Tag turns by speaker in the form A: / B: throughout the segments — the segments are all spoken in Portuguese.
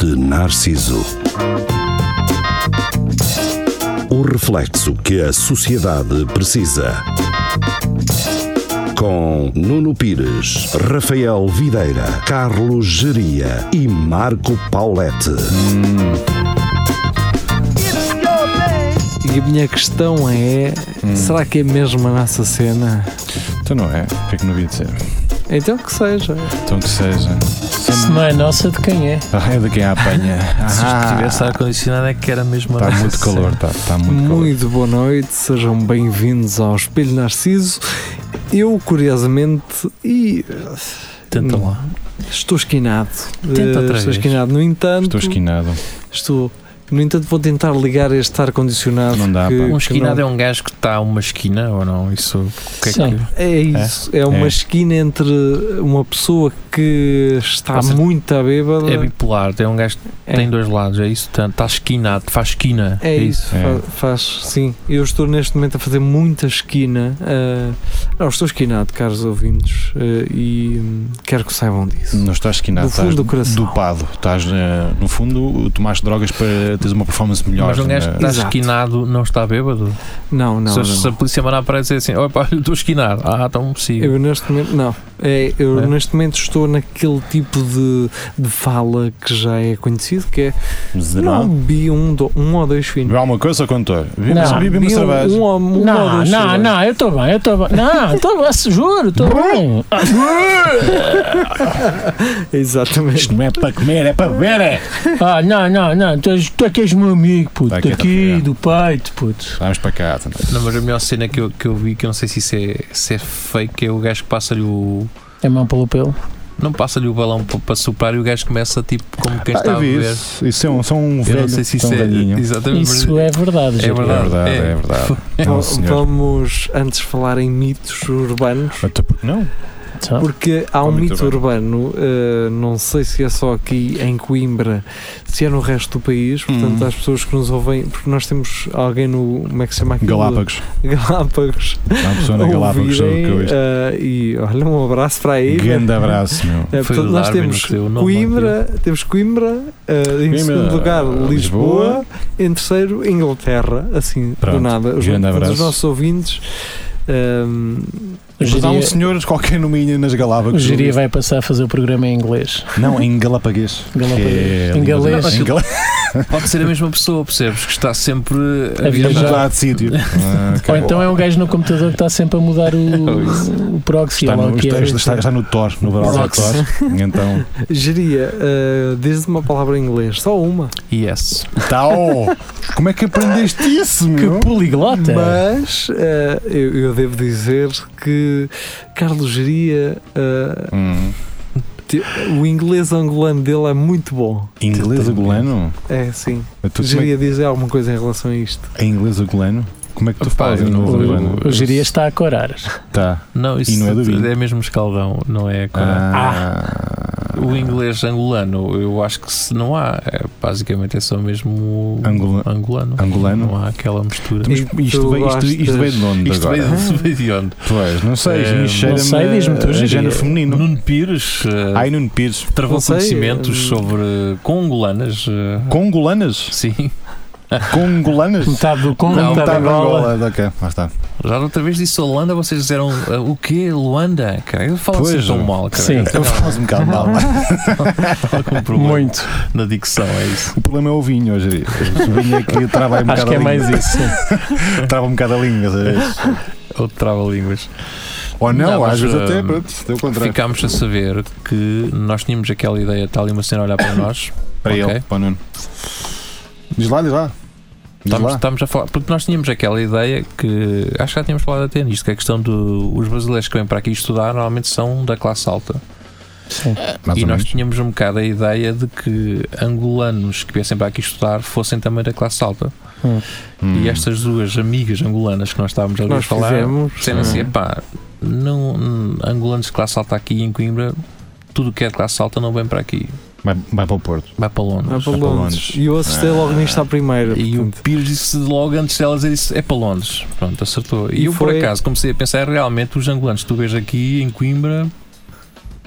A: de Narciso. O reflexo que a sociedade precisa. Com Nuno Pires, Rafael Videira, Carlos Geria e Marco Paulette.
B: E a minha questão é: será que é mesmo a nossa cena?
C: Hum. Então não é, o que é que não havia de ser?
B: Então que seja.
C: Então que seja.
D: Se não é nossa, de quem é?
C: Ah, é de quem a apanha.
E: Se
C: Ah,
E: isto tivesse ar-condicionado é que era mesmo a
C: Está
E: nossa
C: muito
E: cena.
C: calor, está está muito, calor.
B: Muito boa noite, sejam bem-vindos ao Espelho Narciso. Eu, curiosamente, e
E: Tenta lá.
B: estou esquinado.
E: Tenta
B: Eh,
E: outra
B: Estou
E: vez.
B: esquinado. No entanto,
C: Estou esquinado.
B: estou- No entanto, vou tentar ligar este ar-condicionado.
C: Não dá,
B: que-
C: pá. Um
B: que
E: Um
B: não-
E: esquinado é um gajo que está a uma esquina ou não? Isso o que é
D: Sim.
E: que.
B: É isso, é, uma
C: É.
B: esquina entre uma pessoa que está
E: Vocês-
B: muito à bêbada.
E: É bipolar, é um gajo que
B: É.
E: tem dois lados, é isso? Está esquinado, faz esquina.
B: É isso,
C: é.
B: fa- faz sim. Eu estou neste momento a fazer muita esquina. ah, não, estou esquinado, caros ouvintes, ah, e hum, quero que saibam disso.
C: Não estás esquinado,
B: Do fundo
C: estás
B: do coração.
C: dopado. Estás, eh, no fundo, tomaste drogas para teres uma performance melhor.
E: Mas um gajo que
C: né?
E: está
B: Exato.
E: esquinado não está bêbado.
B: Não, não.
E: se, a-
B: não.
E: se a polícia mandar para dizer assim, opa, eu estou esquinado, ah, então siga.
B: Eu neste momento, não. É, eu
E: É?
B: neste momento estou naquele tipo de, de fala que já é conhecido, que é não
C: Não.
B: bebi um, do- um ou dois vinhos.
C: Viu alguma coisa, contor? Vi,
D: Não.
C: mas bebi uma
B: Bebi um,
C: cerveja.
B: um ou- um ou
D: Não,
B: dois
D: não,
B: cervejas.
D: não, eu estou bem, eu estou bem. Não, estou bem, se juro, estou bem.
B: Exatamente.
C: Isto não é para comer, é para beber. é.
D: Ah, não, não, não, tu és, tu é que és meu amigo, puto,
C: Tá aqui, tá
D: daqui,
C: aqui.
D: do peito, puto.
C: Vamos para cá. Então.
E: Não, mas a melhor cena que eu, que eu vi, que eu não sei se isso é, se é fake, é o gajo que passa-lhe o.
D: É mão pelo pelo.
E: Não passa-lhe o balão pa- para soprar e o gajo começa tipo como quem
C: Ah,
E: está
C: eu
E: a
C: vi
E: beber.
C: isso. Isso é um, são um
E: Eu
C: velho.
E: não sei se
C: são
E: isso é.
C: velhinho.
E: Exatamente.
D: Isso
E: mas-
D: é verdade,
E: É
D: gente.
C: É verdade,
E: É.
C: é verdade.
B: Bom,
C: Não,
B: Então,
C: senhor.
B: Vamos antes falar em mitos urbanos.
C: Até porque Não,
D: Então,
B: Porque há um
C: Qual mito
B: mito urbano, eh, não sei se é só aqui em Coimbra, se é no resto do país, portanto,
C: Hum.
B: as pessoas que nos ouvem, porque nós temos alguém no. Como é que se chama aquilo?
C: Galápagos.
B: Galápagos.
C: Há uma pessoa na Galápagos que
B: ouvirem,
C: eu
D: é
C: isto.
B: eh, e olha, um abraço para aí.
C: Grande abraço, meu.
B: Eh,
E: Foi
B: portanto,
E: o
B: nós
E: Darwin
B: temos
E: que deu o nome
B: Coimbra, temos Coimbra, eh, em
C: Coimbra,
B: segundo lugar
C: eh,
B: Lisboa,
C: Lisboa.
B: em terceiro Inglaterra, assim do
C: Pronto,
B: nada. Os,
C: grande
B: portanto, os
C: abraço.
B: nossos ouvintes. ehm,
D: o
C: Mas há um
D: Jiria-
C: senhor qualquer no Minho, nas
D: é- o
C: Galápagos.
D: Jiria vai passar a fazer o programa em inglês.
C: Não, em galapaguês.
D: Galapaguês. Em galês.
C: Em galês.
E: Pode ser a mesma pessoa, percebes? Que está sempre a
D: é A
C: Vamos
D: viajar.
E: viajar.
C: mudar de sítio. Ah, ok.
D: Ou então é um gajo no computador que está sempre a mudar o, o proxy.
C: Está
D: ou lá
C: no,
D: o que
C: está,
D: é.
C: está, está no Thor, no browser
D: Rocks.
C: Thor. Então,
B: Geria, uh, diz uma palavra em inglês, só uma.
E: Yes.
C: tal! Como é que aprendeste isso,
D: Que
C: meu?
D: poliglota!
B: Mas eh, eu, eu devo dizer que Carlos Geria, eh,
C: Hum,
B: te- o inglês angolano dele é muito bom.
C: inglês angolano?
B: É sim.
C: Mas tu- como é
B: Geria dizer alguma coisa em relação a isto.
C: que- Em inglês angolano? Como é que tu
E: Opa,
C: falas em
E: eu não-
C: inglês angolano?
D: O, o Jiria está a corar.
C: Tá.
E: Não, isso
C: E não é do vinho.
E: é mesmo escaldão, não é? coreano.
C: Ah,
E: O inglês angolano, eu acho que se não há, é, basicamente é só mesmo o
C: Angola-
E: angolano.
C: Angolano?
E: Não há aquela mistura.
C: Mas isto,
B: tu
C: veio, isto, isto veio de onde
E: Isto
C: agora?
E: veio de- veio de onde?
C: Pois, não sei,
E: Eh, não
C: me cheira-me
D: sei, diz-me tu,
C: a
D: Jiria.
C: género feminino.
E: Nuno Pires eh,
C: Ai, Nuno Pires.
E: travou
B: não sei,
E: conhecimentos
B: hum.
E: sobre eh, congolanas. eh,
C: Congolanas?
E: Sim,
C: Congolanas?
D: Metade do Congo,
E: Não,
D: metade da
C: Tá na
D: Angola.
C: Angola, ok, lá está.
E: já da outra vez disse Holanda, vocês disseram eh, o quê? Luanda? Cara, eu falo assim
C: Pois,
E: tão
C: eu-
E: mal, cara.
D: Sim.
C: Eu falo um bocado mal.
E: Estava com um problema
D: Muito.
E: na dicção, é isso.
C: O problema é o vinho hoje. em dia. O vinho é que trava aí um
D: Acho
C: bocado
D: que é
C: a língua.
D: mais isso.
C: Trava um bocado a língua, às vezes.
E: Ou de É trava-línguas.
C: Ou não,
E: Não,
C: às
E: mas,
C: vezes até,
E: hum,
C: pronto, deu contrário.
E: Ficámos a saber que nós tínhamos aquela ideia, está ali uma senhora a olhar para nós.
C: Para
E: ok.
C: ele, para o Nuno. Diz lá, diz lá. Diz
E: Estamos,
C: lá.
E: estamos a falar, porque nós tínhamos aquela ideia que acho que já tínhamos falado até nisto, que a questão dos brasileiros que vêm para aqui estudar normalmente são da classe alta.
D: Sim.
C: Mais
E: e
C: ou
E: nós
C: menos.
E: tínhamos um bocado a ideia de que angolanos que viessem para aqui estudar fossem também da classe alta.
C: Hum.
E: E estas duas amigas angolanas que nós estávamos ali a
B: Nós
E: falar
B: fizemos. é?
E: disseram assim:
B: Uhum.
E: pá, não, hum, angolanos de classe alta aqui em Coimbra, tudo o que é de classe alta não vem para aqui,
C: Vai, vai para o Porto.
E: vai para Londres. Ah.
B: Ah, para
C: para
B: Londres.
C: Londres.
B: E eu assustei logo nisto à primeira.
E: E o
B: portanto.
E: Pires disse logo antes delas, ele disse, é para Londres. Pronto, acertou. E,
B: E
E: eu, por
B: foi-
E: é acaso, comecei a pensar, realmente, os angolanos que tu vês aqui em Coimbra,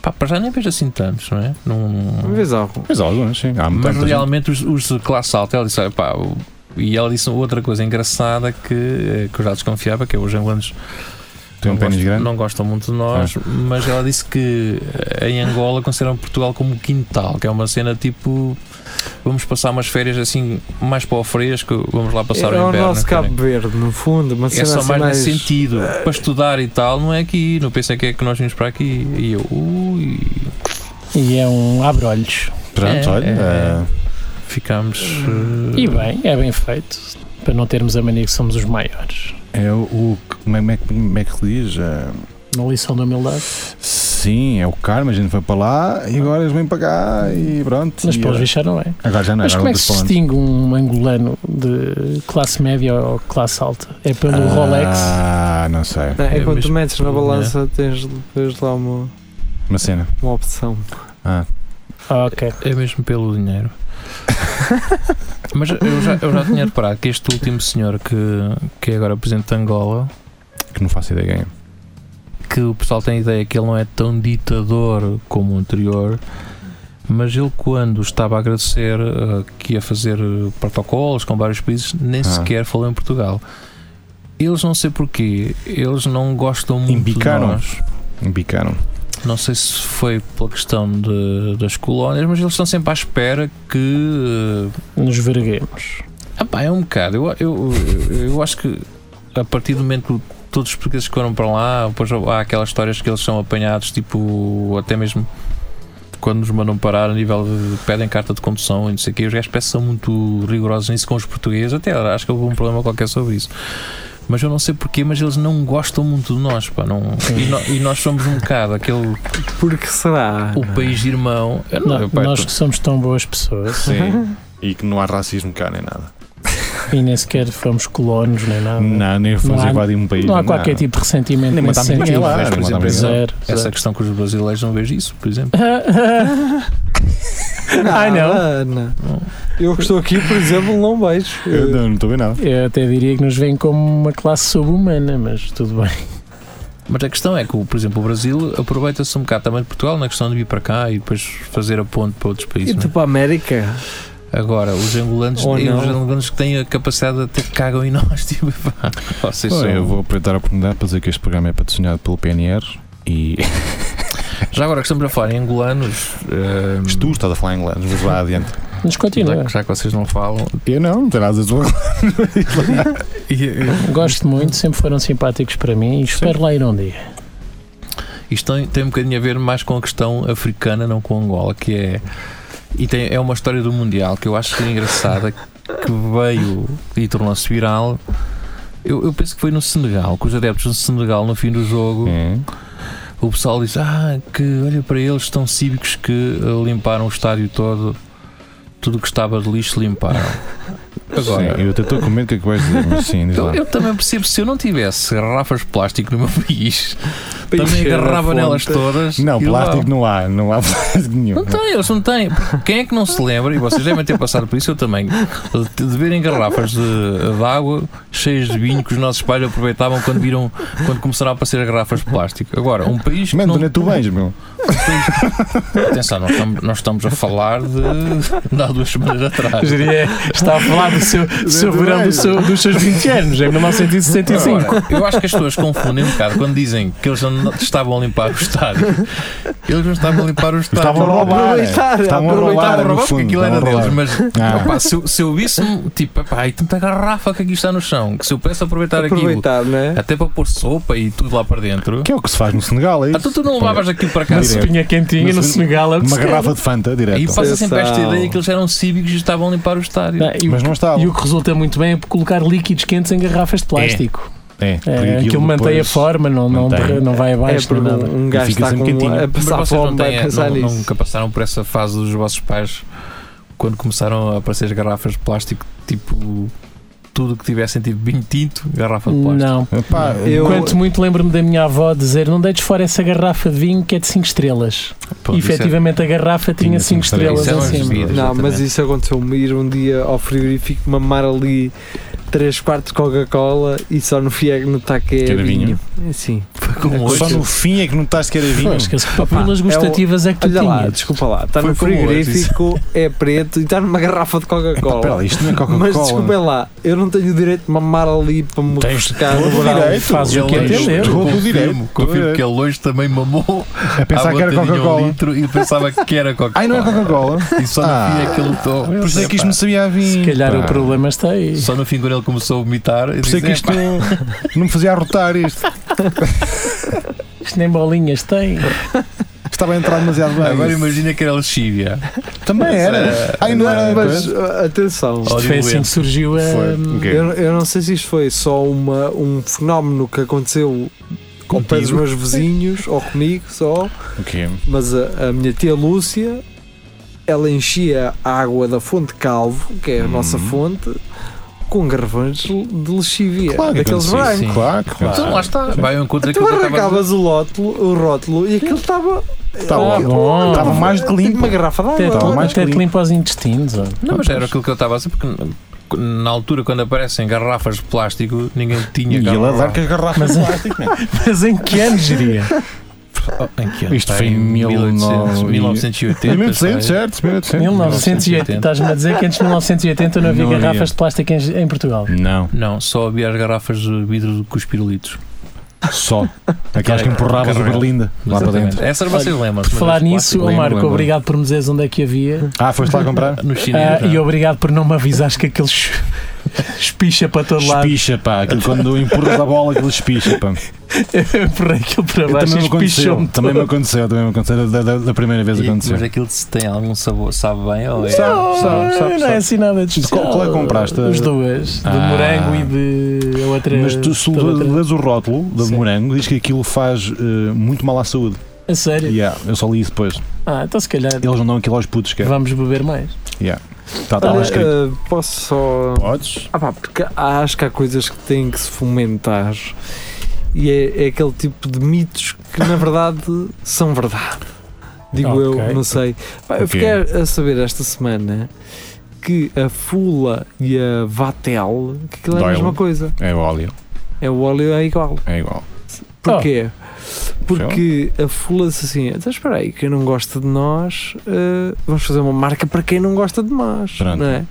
E: Pá, para já nem vejo assim tantos, não é? Não,
B: Uma vez algo.
C: Mas algumas, sim. Há muita
E: mas
C: gente.
E: realmente os, os de classe alta, ela disse, "Ah, pá, o- e ela disse outra coisa engraçada que, eh, que eu já desconfiava, que é os angolanos
C: Tem um
E: não,
C: pênis
E: gostam,
C: grande. Ah.
E: não gostam muito de nós, mas ela disse que eh, em Angola consideram Portugal como quintal, que é uma cena tipo vamos passar umas férias assim mais para o fresco, vamos lá passar
B: é
E: o
B: o
E: inverno.
B: nosso
E: que nem-
B: Cabo Verde, no fundo. Uma
E: é
B: cena
E: só
B: assim
E: mais,
B: mais eh,
E: nesse sentido. Para estudar e tal, não é aqui. Não pensei que é que nós vimos para aqui. E eu, ui,
D: E é um abre-olhos.
C: Pronto,
E: É,
C: olha.
E: é,
C: eh,
E: ficámos. eh,
D: E bem, é bem feito. Para não termos a mania que somos os maiores.
C: É o. o- como, é, como é que- como é que se diz? Eh,
D: Uma lição de humildade.
C: sim, é o karma. A gente foi para lá e agora eles vêm para cá e pronto.
D: Mas
C: e,
D: pelos
C: eh,
D: vistos já não é.
C: Agora já não um
D: Mas
C: agora
D: como é
C: vamos
D: que se
C: para onde?
D: distingue um angolano de classe média ou classe alta? É pelo Rolex?
C: Ah, não sei.
B: Não, é,
E: É
B: quando tu
E: mesmo,
B: metes na
E: né?
B: balança, tens depois lá uma,
C: Uma cena.
B: uma opção.
D: Ah, ok.
E: É mesmo pelo dinheiro. Mas eu já, eu já tinha reparado que este último senhor que, que é agora presidente de Angola,
C: Que não faço ideia quem é.
E: que o pessoal tem a ideia que ele não é tão ditador como o anterior, mas ele, quando estava a agradecer eh, que ia fazer eh, protocolos com vários países, nem
C: Ah.
E: sequer falou em Portugal. Eles não sei porquê, eles não gostam muito
C: Embicaram.
E: de nós.
C: Bicaram.
E: Não sei se foi pela questão de- das colónias, mas eles estão sempre à espera que eh,
D: Nos verguemos.
E: Ah pá, é um bocado. Eu, eu, eu, eu acho que a partir do momento que todos os portugueses que foram para lá, depois há aquelas histórias que eles são apanhados, tipo, até mesmo quando nos mandam parar a nível de pedem carta de condução e não sei o quê, os gajos parece que são muito rigorosos nisso com os portugueses, até acho que houve um problema qualquer sobre isso. Mas eu não sei porquê, mas eles não gostam muito de nós, pá, não, e, no- e nós somos um bocado aquele,
B: Porque será?
E: o país irmão. Eu não-
D: Não,
E: eu, pá,
D: nós
E: eu
D: que somos tão boas pessoas
C: Sim. e que não há racismo cá nem nada.
D: e nem sequer fomos colonos nem nada.
C: Não, nem fomos
D: Não há-
C: invadir um país.
D: Não há qualquer tipo de ressentimento
C: Nem
D: nesse
C: matar ninguém
D: sentido.
C: lá,
E: nem
D: Zero,
E: matar ninguém.
D: zero.
E: tô- essa questão que os brasileiros não vejo isso, por exemplo.
D: Ai, não.
B: Ah, Ana. Eu que estou aqui, por exemplo, não beijo.
C: Eu não não estou a ver nada.
D: Eu até diria que nos veem como uma classe subhumana, mas tudo bem.
E: Mas a questão é que, por exemplo, o Brasil aproveita-se um bocado também de Portugal na questão de vir para cá e depois fazer a ponte para outros
B: E
E: países.
B: tu
E: não é?
B: para a América?
E: Agora, os angolanos,
B: Ou
E: e
B: não.
E: os angolanos que têm a capacidade de até cagam em nós. Tipo, pá, vocês
C: Bom,
E: são-
C: eu vou aproveitar a oportunidade para dizer que este programa é patrocinado pelo PNR e
E: Já agora que estamos a falar em angolanos, ehm,
C: Mas tu estás a falar inglês, mas vá adiante.
D: Mas
E: já,
D: continua.
E: que- já que vocês não falam,
C: Eu não, não terás a tua
E: e, e-
D: Gosto muito, sempre foram simpáticos para mim e espero lá ir um dia.
E: isto tem, tem um bocadinho a ver mais com a questão africana, não com Angola, que é. E tem, é uma história do Mundial que eu acho que é engraçada, que veio e tornou-se viral. Eu, eu penso que foi no Senegal, que os adeptos do Senegal, no fim do jogo, o pessoal diz: Ah, que olha para eles, tão cívicos que eh, limparam o estádio todo, tudo o que estava de lixo limparam. Agora,
C: Sim, eu até estou com medo do que é que vais dizer, mas sim, diz
E: eu,
C: lá.
E: eu também percebo, se eu não tivesse garrafas de plástico no meu país,
B: Para
E: também
B: encher a
E: agarrava
B: fonte.
E: nelas todas.
C: Não,
E: e Então, levava.
C: plástico não há, não há plástico nenhum.
E: Não tem, eles não têm. Quem é que não se lembra, e vocês devem ter passado por isso, eu também, de de verem garrafas de, de água cheias de vinho que os nossos pais aproveitavam quando viram, quando começaram a aparecer garrafas de plástico. Agora, um país que
C: Mano,
E: não
C: onde é que tu vens, meu?
E: Atenção, nós estamos, nós estamos a falar de, de há duas semanas atrás.
D: é, está a falar do seu, do seu
C: Muito
D: verão
C: bem.
D: do seu- dos seus 20 anos, é em 1965.
E: Agora, eu acho que as pessoas confundem um bocado quando dizem que eles não estavam a limpar o estádio. Eles não estavam a limpar o estádio.
C: Estavam a roubar. é.
B: Aproveitar,
C: Estavam a
E: Estavam
C: roubar,
E: a
C: É no
E: roubar porque
C: fundo.
E: aquilo era
C: estavam a
E: deles,
C: roubar.
E: mas
C: Ah,
E: Pá, se, eu, se eu visse, um- tipo, pá, e tanta garrafa que aqui está no chão, que se eu pudesse aproveitar aquilo,
B: Aproveitar, não é?
E: até para pôr sopa e tudo lá para dentro,
C: que é o que se faz no Senegal, é
E: ah,
C: isso?
E: tu, tu não levavas aquilo para
D: Uma
E: casa.
C: Direto.
D: sopinha quentinha
C: Mas
D: no
C: um-
D: Senegal. é o que
C: Uma
D: se quer.
C: garrafa de Fanta,
E: Aí
C: direto.
E: passa sempre esta
B: Atenção.
E: ideia que eles eram cívicos e estavam a limpar o estádio.
D: Não, e, o-
C: Mas não estava.
D: e o que resulta muito bem é colocar líquidos quentes em garrafas de plástico.
C: É,
D: É,
C: porque aquilo
D: aquilo mantém a
C: depois-
D: forma, não, não,
C: mantém.
D: derra- não vai
B: É
D: abaixo
B: porque
D: nem nada.
B: um gajo
C: E fica
B: está
C: sempre
B: com
C: quentinho.
B: a
E: Mas
B: passar
E: vocês não
B: fome vai
E: têm- é,
B: pensar
E: não-
B: nisso.
E: nunca passaram por essa fase dos vossos pais quando começaram a aparecer as garrafas de plástico, tipo tudo que tivessem tipo vinho tinto, garrafa de plástico.
D: Não.
C: Epá,
B: Eu-
D: Quanto muito lembro-me da minha avó dizer: não deites fora essa garrafa de vinho que é de 5 estrelas.
E: Pô,
D: E
E: isso é-
D: efetivamente a garrafa tinha
C: Tinha
D: 5
C: cinco
D: estrelas
E: isso é
D: em
E: umas
D: cima.
E: bebidas,
B: Não, mas
E: exatamente.
B: isso aconteceu-me ir um dia ao frigorífico mamar ali 3 quartos de Coca-Cola e só no fim é que notar que é
C: Que era
B: vinho.
C: vinho.
B: Sim.
E: Foi como hoje.
C: Só no fim é que não estás sequer a vinho.
D: Não, esquece que
B: Opa,
D: papilas
B: é o-
D: gustativas é, que tu
B: Olha lá,
D: tinhas.
B: desculpa lá. Está
E: Foi
B: no
E: como hoje,
B: frigorífico, é preto e está numa garrafa de
C: Epá, espera
B: Coca-Cola.
C: lá, isto não é
B: Mas
C: Coca-Cola.
B: desculpem lá, eu não tenho o direito de mamar ali para me
D: Tens
B: refrescar
C: todo
B: no
C: o
B: verão.
C: direito.
D: Fazes o que
E: Ele-
D: entenderes.
C: Todo
E: confirmo,
C: direito, todo
E: confirmo que
C: direito.
E: ele hoje também mamou
C: A pensar
E: água
C: que era
E: tadinha, um
C: Coca-Cola.
E: litro e pensava que era Coca-Cola.
C: Ai, não é Coca-Cola.
E: E só no
C: Ah.
E: fim é que ele tomou.
C: Por isso é que isto me sabia a vinho.
D: Se calhar
C: pá.
D: o problema está aí.
E: Só no fim quando ele começou a vomitar, eu
C: Por isso é
E: disse,
C: que isto não, não me fazia arrotar isto.
D: Isto nem bolinhas tem.
C: Estava a entrar demasiado bem.
E: "Epá, agora imagina que era lexívia.
C: Também era.
E: Mas,
C: Ai, não era.
B: Mas uh, atenção,
E: Ó,
D: Isto foi assim
E: diluente.
D: que surgiu a.
C: Foi.
B: eu, eu não sei se isto foi só uma, um fenómeno que aconteceu com os
E: Contigo.
B: meus vizinhos ou comigo só,
C: O quê?
B: mas a, a minha tia Lúcia ela enchia a água da fonte Calvo, que é a nossa fonte, com garrafões de de lexívia,
C: Claro então que
B: daqueles
C: aconteceu,
B: brancos.
E: sim.
C: Claro, Então que
E: Então lá está. Vai ao encontro
B: Tu
E: daquilo que eu estava a
B: arrancavas
E: dizer.
B: o rótulo, o rótulo e aquilo estava.
C: Estava
B: aquilo-
D: bom.
C: Estava mais que limpo.
B: Uma garrafa de
D: Até,
B: água.
C: Estava
D: até
C: mais
D: te
C: clean.
D: limpa os intestinos. ó.
E: Não, mas era aquilo que eu estava a dizer, porque na- na altura quando aparecem garrafas de plástico, ninguém
C: E
E: tinha
C: ele a dar
E: garrafa.
C: com as garrafas de plástico, não é?
D: Mas em que ano diria?
E: Oh, Em que ano?
C: Isto
E: Pá,
C: foi em
E: 1800,
C: 1900,
E: 1980.
C: 1800,
E: sabe?
C: certo? 1800.
D: 1980.
E: 1980.
D: Estás-me a dizer que antes de 1980 não havia
C: Não havia.
D: garrafas de plástico em, em Portugal.
C: Não,
E: Não, só havia as garrafas de vidro com os pirulitos.
C: só. Aquelas que empurravas o Berlinda lá para
E: Exatamente.
C: dentro.
E: Essas vocês lembram.
D: Por falar nisso, ô Marco, obrigado por me dizeres onde é que havia
C: Ah, foste lá comprar?
E: No
D: Ah,
E: chinês. é.
D: e
C: é.
E: não.
D: obrigado por não me avisares que aquele ch- espicha para todo lado.
C: Espicha, pá. Aquilo quando empurras a bola, aquilo espicha, pá.
D: Eu empurrei aquilo para
C: Eu
D: baixo
C: também
D: e
C: me aconteceu.
D: espichou-me.
C: Também me aconteceu, também me aconteceu. Da, da- da primeira vez
E: E-
C: aconteceu.
E: Mas aquilo se tem algum sabor, sabe bem? Ou é?
C: Sabe,
D: Não,
C: sabe, sabe,
D: não é
C: sabe.
D: assim nada de especial.
C: Qual- qual é que compraste?
D: Os duas. De
C: Ah.
D: morango e de a outra.
C: Mas tu se
D: toda outra.
C: lês o rótulo do
D: Sim.
C: morango, diz que aquilo faz eh, muito mal à saúde.
D: A sério?
C: Yeah, eu só li isso depois.
D: Ah, então se calhar
C: Eles não dão aquilo aos putos, que
D: vamos beber mais.
C: está tá lá
B: Olha,
C: escrito.
B: eh, posso só.
C: Podes?
B: Ah pá, porque acho que há coisas que têm que se fomentar e é, é aquele tipo de mitos que na verdade são verdade. Digo eu,
D: Ok.
B: não sei. Pá, Eu
C: Ok.
B: fiquei a saber esta semana que a Fula e a Vatel, que aquilo é a
C: Doyle.
B: mesma coisa.
C: É óleo,
B: É o óleo é igual.
C: é igual.
B: Porquê?
D: Ah.
B: Porque a Fula disse assim: então espera aí, quem não gosta de nós, eh, vamos fazer uma marca para quem não gosta de nós.
C: Pronto.
B: Não é?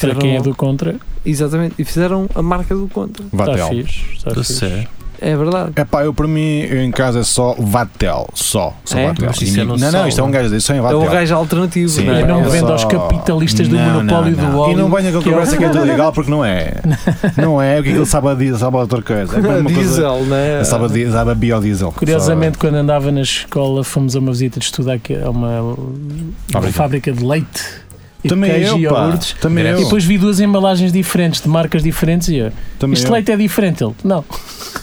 D: Para quem é do contra,
B: Exatamente, e fizeram a marca do contra.
D: está
C: Vatel.
D: Tá fixe.
B: tá
D: Está
E: Eu
D: fixe.
E: sei.
B: É verdade.
C: É pá, eu para mim eu em casa é só Vatel. Só. só
B: É?
C: Vatel.
E: Mas isso é
C: E- não,
E: no
C: não,
E: sol,
C: isto é um
E: não?
C: gajo desse, só em
B: É
C: Vatel.
B: um gajo alternativo,
C: Sim,
B: não é?
D: E não
C: é
D: vende
C: só-
D: aos capitalistas do monopólio do óleo,
C: E não venha com
D: que é o-
C: conversa que é tudo legal porque não é. Não é, o que aquilo sabe a diesel, sabe a outra coisa. É a mesma coisa.
B: Diesel, não é?
C: Sabe a, di- sabe a biodiesel.
D: Curiosamente, quando andava na escola, fomos a uma visita de estudar que é uma uma
C: Fábrica.
D: fábrica de leite e
C: Sabe- Também
D: queijo
C: eu,
D: e
C: pá.
D: iogurtes.
C: Também eu.
D: E depois vi duas embalagens diferentes, de marcas diferentes, e eu,
C: Também
D: este
C: eu. É
D: leite é diferente. Ele, não,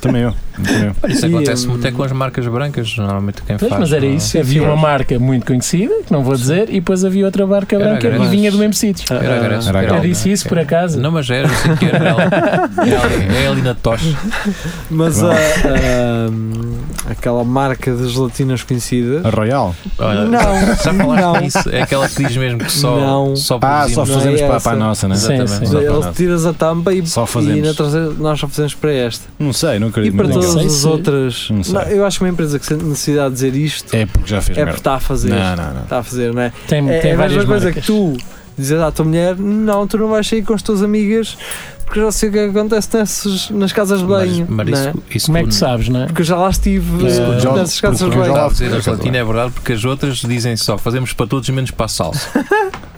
C: Também eu. Também eu.
E: Olha, Isso
B: E,
E: acontece
B: hum,
E: muito é com as marcas brancas, normalmente quem
D: Pois,
E: faz.
D: mas era
E: não é?
D: isso. havia uma marca muito conhecida, que não vou dizer, e depois havia outra marca
E: Era
D: branca e
E: grande.
D: vinha do mesmo sítio. Ah,
E: Era a Grécia.
C: Era É. a
D: Eu
C: Calma,
D: disse isso por acaso.
E: Não, mas era, não sei o que era. era ali- É ali- é ali na tocha.
C: É
B: Mas a, a- aquela marca de gelatinas conhecida.
C: A Royal.
E: Olha,
B: Não,
E: já falaste
B: não.
E: nisso? É aquela que diz mesmo que só.
B: Não.
E: só
C: Ah,
E: produzimos. um
C: só
B: Não é
C: fazemos para,
B: essa.
C: para a nossa, né?
D: Sim,
E: Exatamente.
D: sim.
C: Só para
B: Ele
C: nós.
B: tiras a tampa e,
C: Só
B: e
C: fazemos.
B: na traseira nós só fazemos para esta.
C: Não sei, não
B: E
C: acredito.
B: para
C: mas
B: todas
C: não.
D: sei
B: as
D: se-
B: outras.
C: Não sei.
B: Não, eu acho que uma empresa que sente necessidade de dizer isto
C: É porque já fez
B: é porque
C: merda.
B: está a fazer.
C: Não, não, não.
B: Está a fazer, não é?
D: Tem,
B: É,
D: tem
B: é a
D: várias
B: mesma coisa
D: marcas.
B: que tu dizes à tua mulher: não, tu não vais sair com as tuas amigas porque já sei o que acontece nessas, nas casas de banho.
E: Mas, mas
B: não
E: isso,
B: é?
E: isso
D: Como é que tu sabes, não é?
B: Porque eu já lá estive
D: Isso com o
B: eh,
D: John-
B: nessas casas de
C: porque eu já
B: banho.
E: Está a
C: lá-
E: dizer a gelatina é verdade porque as outras dizem só fazemos para todos menos para a salsa.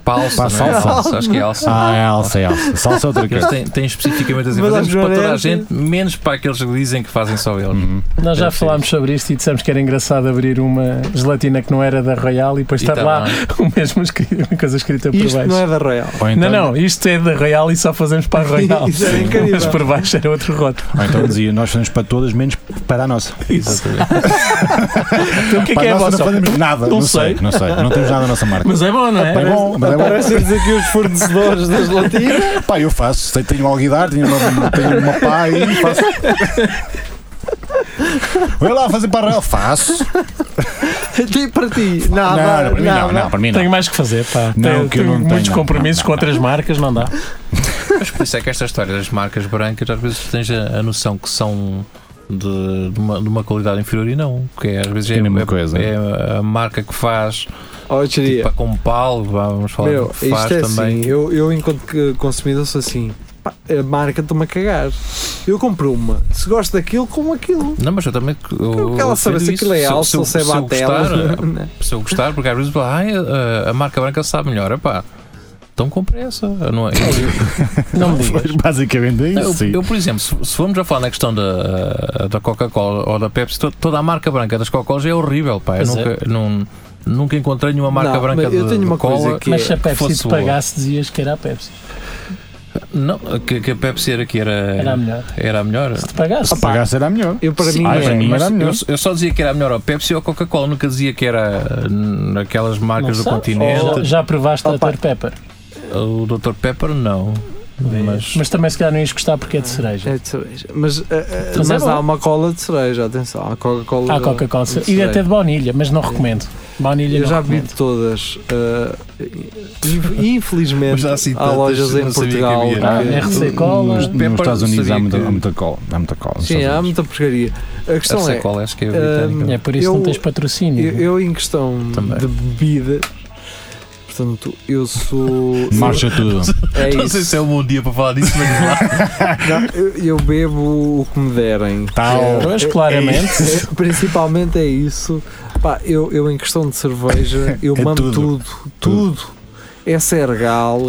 E: Para a alça.
C: Para a
E: não é?
C: salsa.
E: Acho que é alça.
C: Ah, é Alça, é Alça. Salsa é outra
E: Eles
C: coisa.
E: têm, têm especificamente a dizer
B: Mas
E: fazemos
B: acho que
E: para toda a
B: merece.
E: gente, menos para aqueles que dizem que fazem só
B: é-
E: eles.
C: Uhum.
D: Nós já
E: Deve ser
D: falámos sobre isto e dissemos que era engraçado abrir uma gelatina que não era da Royal e depois estar lá o mesmo escrito, uma coisa escrita por
B: Isto
D: baixo.
B: não é da Royal.
C: Ou então,
D: não, não, isto é da Royal e só fazemos para a Royal.
B: Isso era
C: Sim.
B: incrível.
D: Mas por baixo era outro rótulo.
C: Ou então dizia, nós fazemos para todas, menos para a nossa.
E: Exatamente.
D: Então o que é que
C: para
D: é
C: a
D: a
C: nossa não
D: vossa?
C: fazemos nada.
D: Não
C: Não sei,
D: sei.
C: não sei. Não temos nada na nossa marca.
D: Mas é bom, não é?
C: é bom, mas é bom.
B: Aparecem-nos aqui os fornecedores das latinas.
C: Pá, eu faço. Sei, Tenho um alguidar, tenho uma, tenho uma pá e faço. Vai lá fazer para a Royal. Faço.
B: E para ti?
C: Não,
B: Nada.
C: não, para mim não,
B: nada.
C: não, para mim não.
D: Tenho mais que fazer, pá.
C: Não,
D: tenho
C: que eu não
D: tenho
C: tenho,
D: muitos
C: não,
D: compromissos
C: não,
D: com
C: não.
D: outras marcas, não dá.
E: Mas por isso é que esta história das marcas brancas, às vezes tens a, a noção que são de, de uma, de uma qualidade inferior e não. Porque às vezes é,
C: É a mesma
E: é-
C: coisa.
E: é a marca que faz
B: Ó,
E: tipo,
B: Jeria,
E: a Compal, vá, vamos falar,
B: Oh, meu,
E: que faz
B: isto é
E: também.
B: assim, eu, eu enquanto que consumidor sou assim, pá, a marca está-me a cagar. Eu compro uma, se gosto daquilo, como aquilo.
E: Não, mas eu também. Eu,
B: Porque ela sabe se
E: defendo
B: aquilo é
E: isso.
B: alça ou se é
E: eu
B: batela.
E: gostar, eh, se eu gostar, porque às vezes falo, "Ai, eh, a, a marca branca sabe melhor, epá. Então comprei essa, não é?
D: Não me digas.
C: Pois, basicamente é
E: Eu,
C: isso. sim.
E: eu, por exemplo, se, se formos a falar na questão da, eh, da Coca-Cola ou da Pepsi, to- toda a marca branca das Coca-Colas é horrível, pá. Eu
D: Pois
E: nunca, nun- nunca encontrei nenhuma marca
B: Não,
E: branca
B: mas eu
E: de,
B: tenho
E: de
B: uma
E: cola.
B: coisa que é-
D: Mas se a
E: que
D: Pepsi
E: fosse
D: te
E: boa.
D: pagasse, dizias que era a Pepsi.
E: Não, que, que a Pepsi era que era,
D: Era a melhor.
E: era a melhor.
D: Se te pagasse.
C: Se pagasse era melhor.
B: Eu para
C: Sim,
B: mim
C: ah,
B: é.
C: para mim
E: Mas
C: era melhor.
E: eu, eu só dizia que era a melhor a Pepsi ou a Coca-Cola, nunca dizia que era hum, aquelas
D: Não
E: marcas do
D: sabes?
E: continente.
D: Ou Já provaste a
B: Opa.
D: Dr. Pepper.
E: O Dr. Pepper, não. Mas,
D: Mas também se calhar não ias gostar porque é de cereja.
B: É de cereja. Mas, ah, ah,
D: Mas é
B: mas
D: bom.
B: há uma cola de cereja, atenção. Há Coca-Cola.
D: Há Coca-Cola.
B: de
D: E
B: cereja. É.
D: até de baunilha, mas não recomendo. Baunilha
B: Eu
D: não
B: já vi
D: recomendo.
B: todas. ah, infelizmente,
E: Mas há assim
B: há
E: tantas,
B: lojas
E: não
B: em
E: sabia que
B: Portugal.
E: havia.
B: que-
D: Ah, é
C: Nos,
D: RC Cola.
C: nos
E: Pepper,
C: Estados Unidos
E: sabia
C: há muita,
E: que-
C: há muita cola. Há muita cola. nos
B: Sim,
C: Estados
B: há
C: Unidos.
B: muita porcaria. A
E: não
B: questão
E: sei
B: é,
E: qual é, acho que é
B: hum,
E: britânica.
D: É por isso
B: Eu-
D: não é? tens patrocínio.
B: eu, eu em questão
E: Também.
B: de bebida, portanto, eu sou.
C: Marcha tudo.
B: É
E: Não sei
B: isso.
E: se é um bom dia para falar disso, mas vá.
B: Não, eu, eu bebo o que me derem.
C: Tal.
D: Pois, claramente.
B: É, principalmente é isso. Pá, eu, eu em questão de cerveja, eu
C: É
B: mando
C: tudo.
B: tudo. Tudo. É Sergal,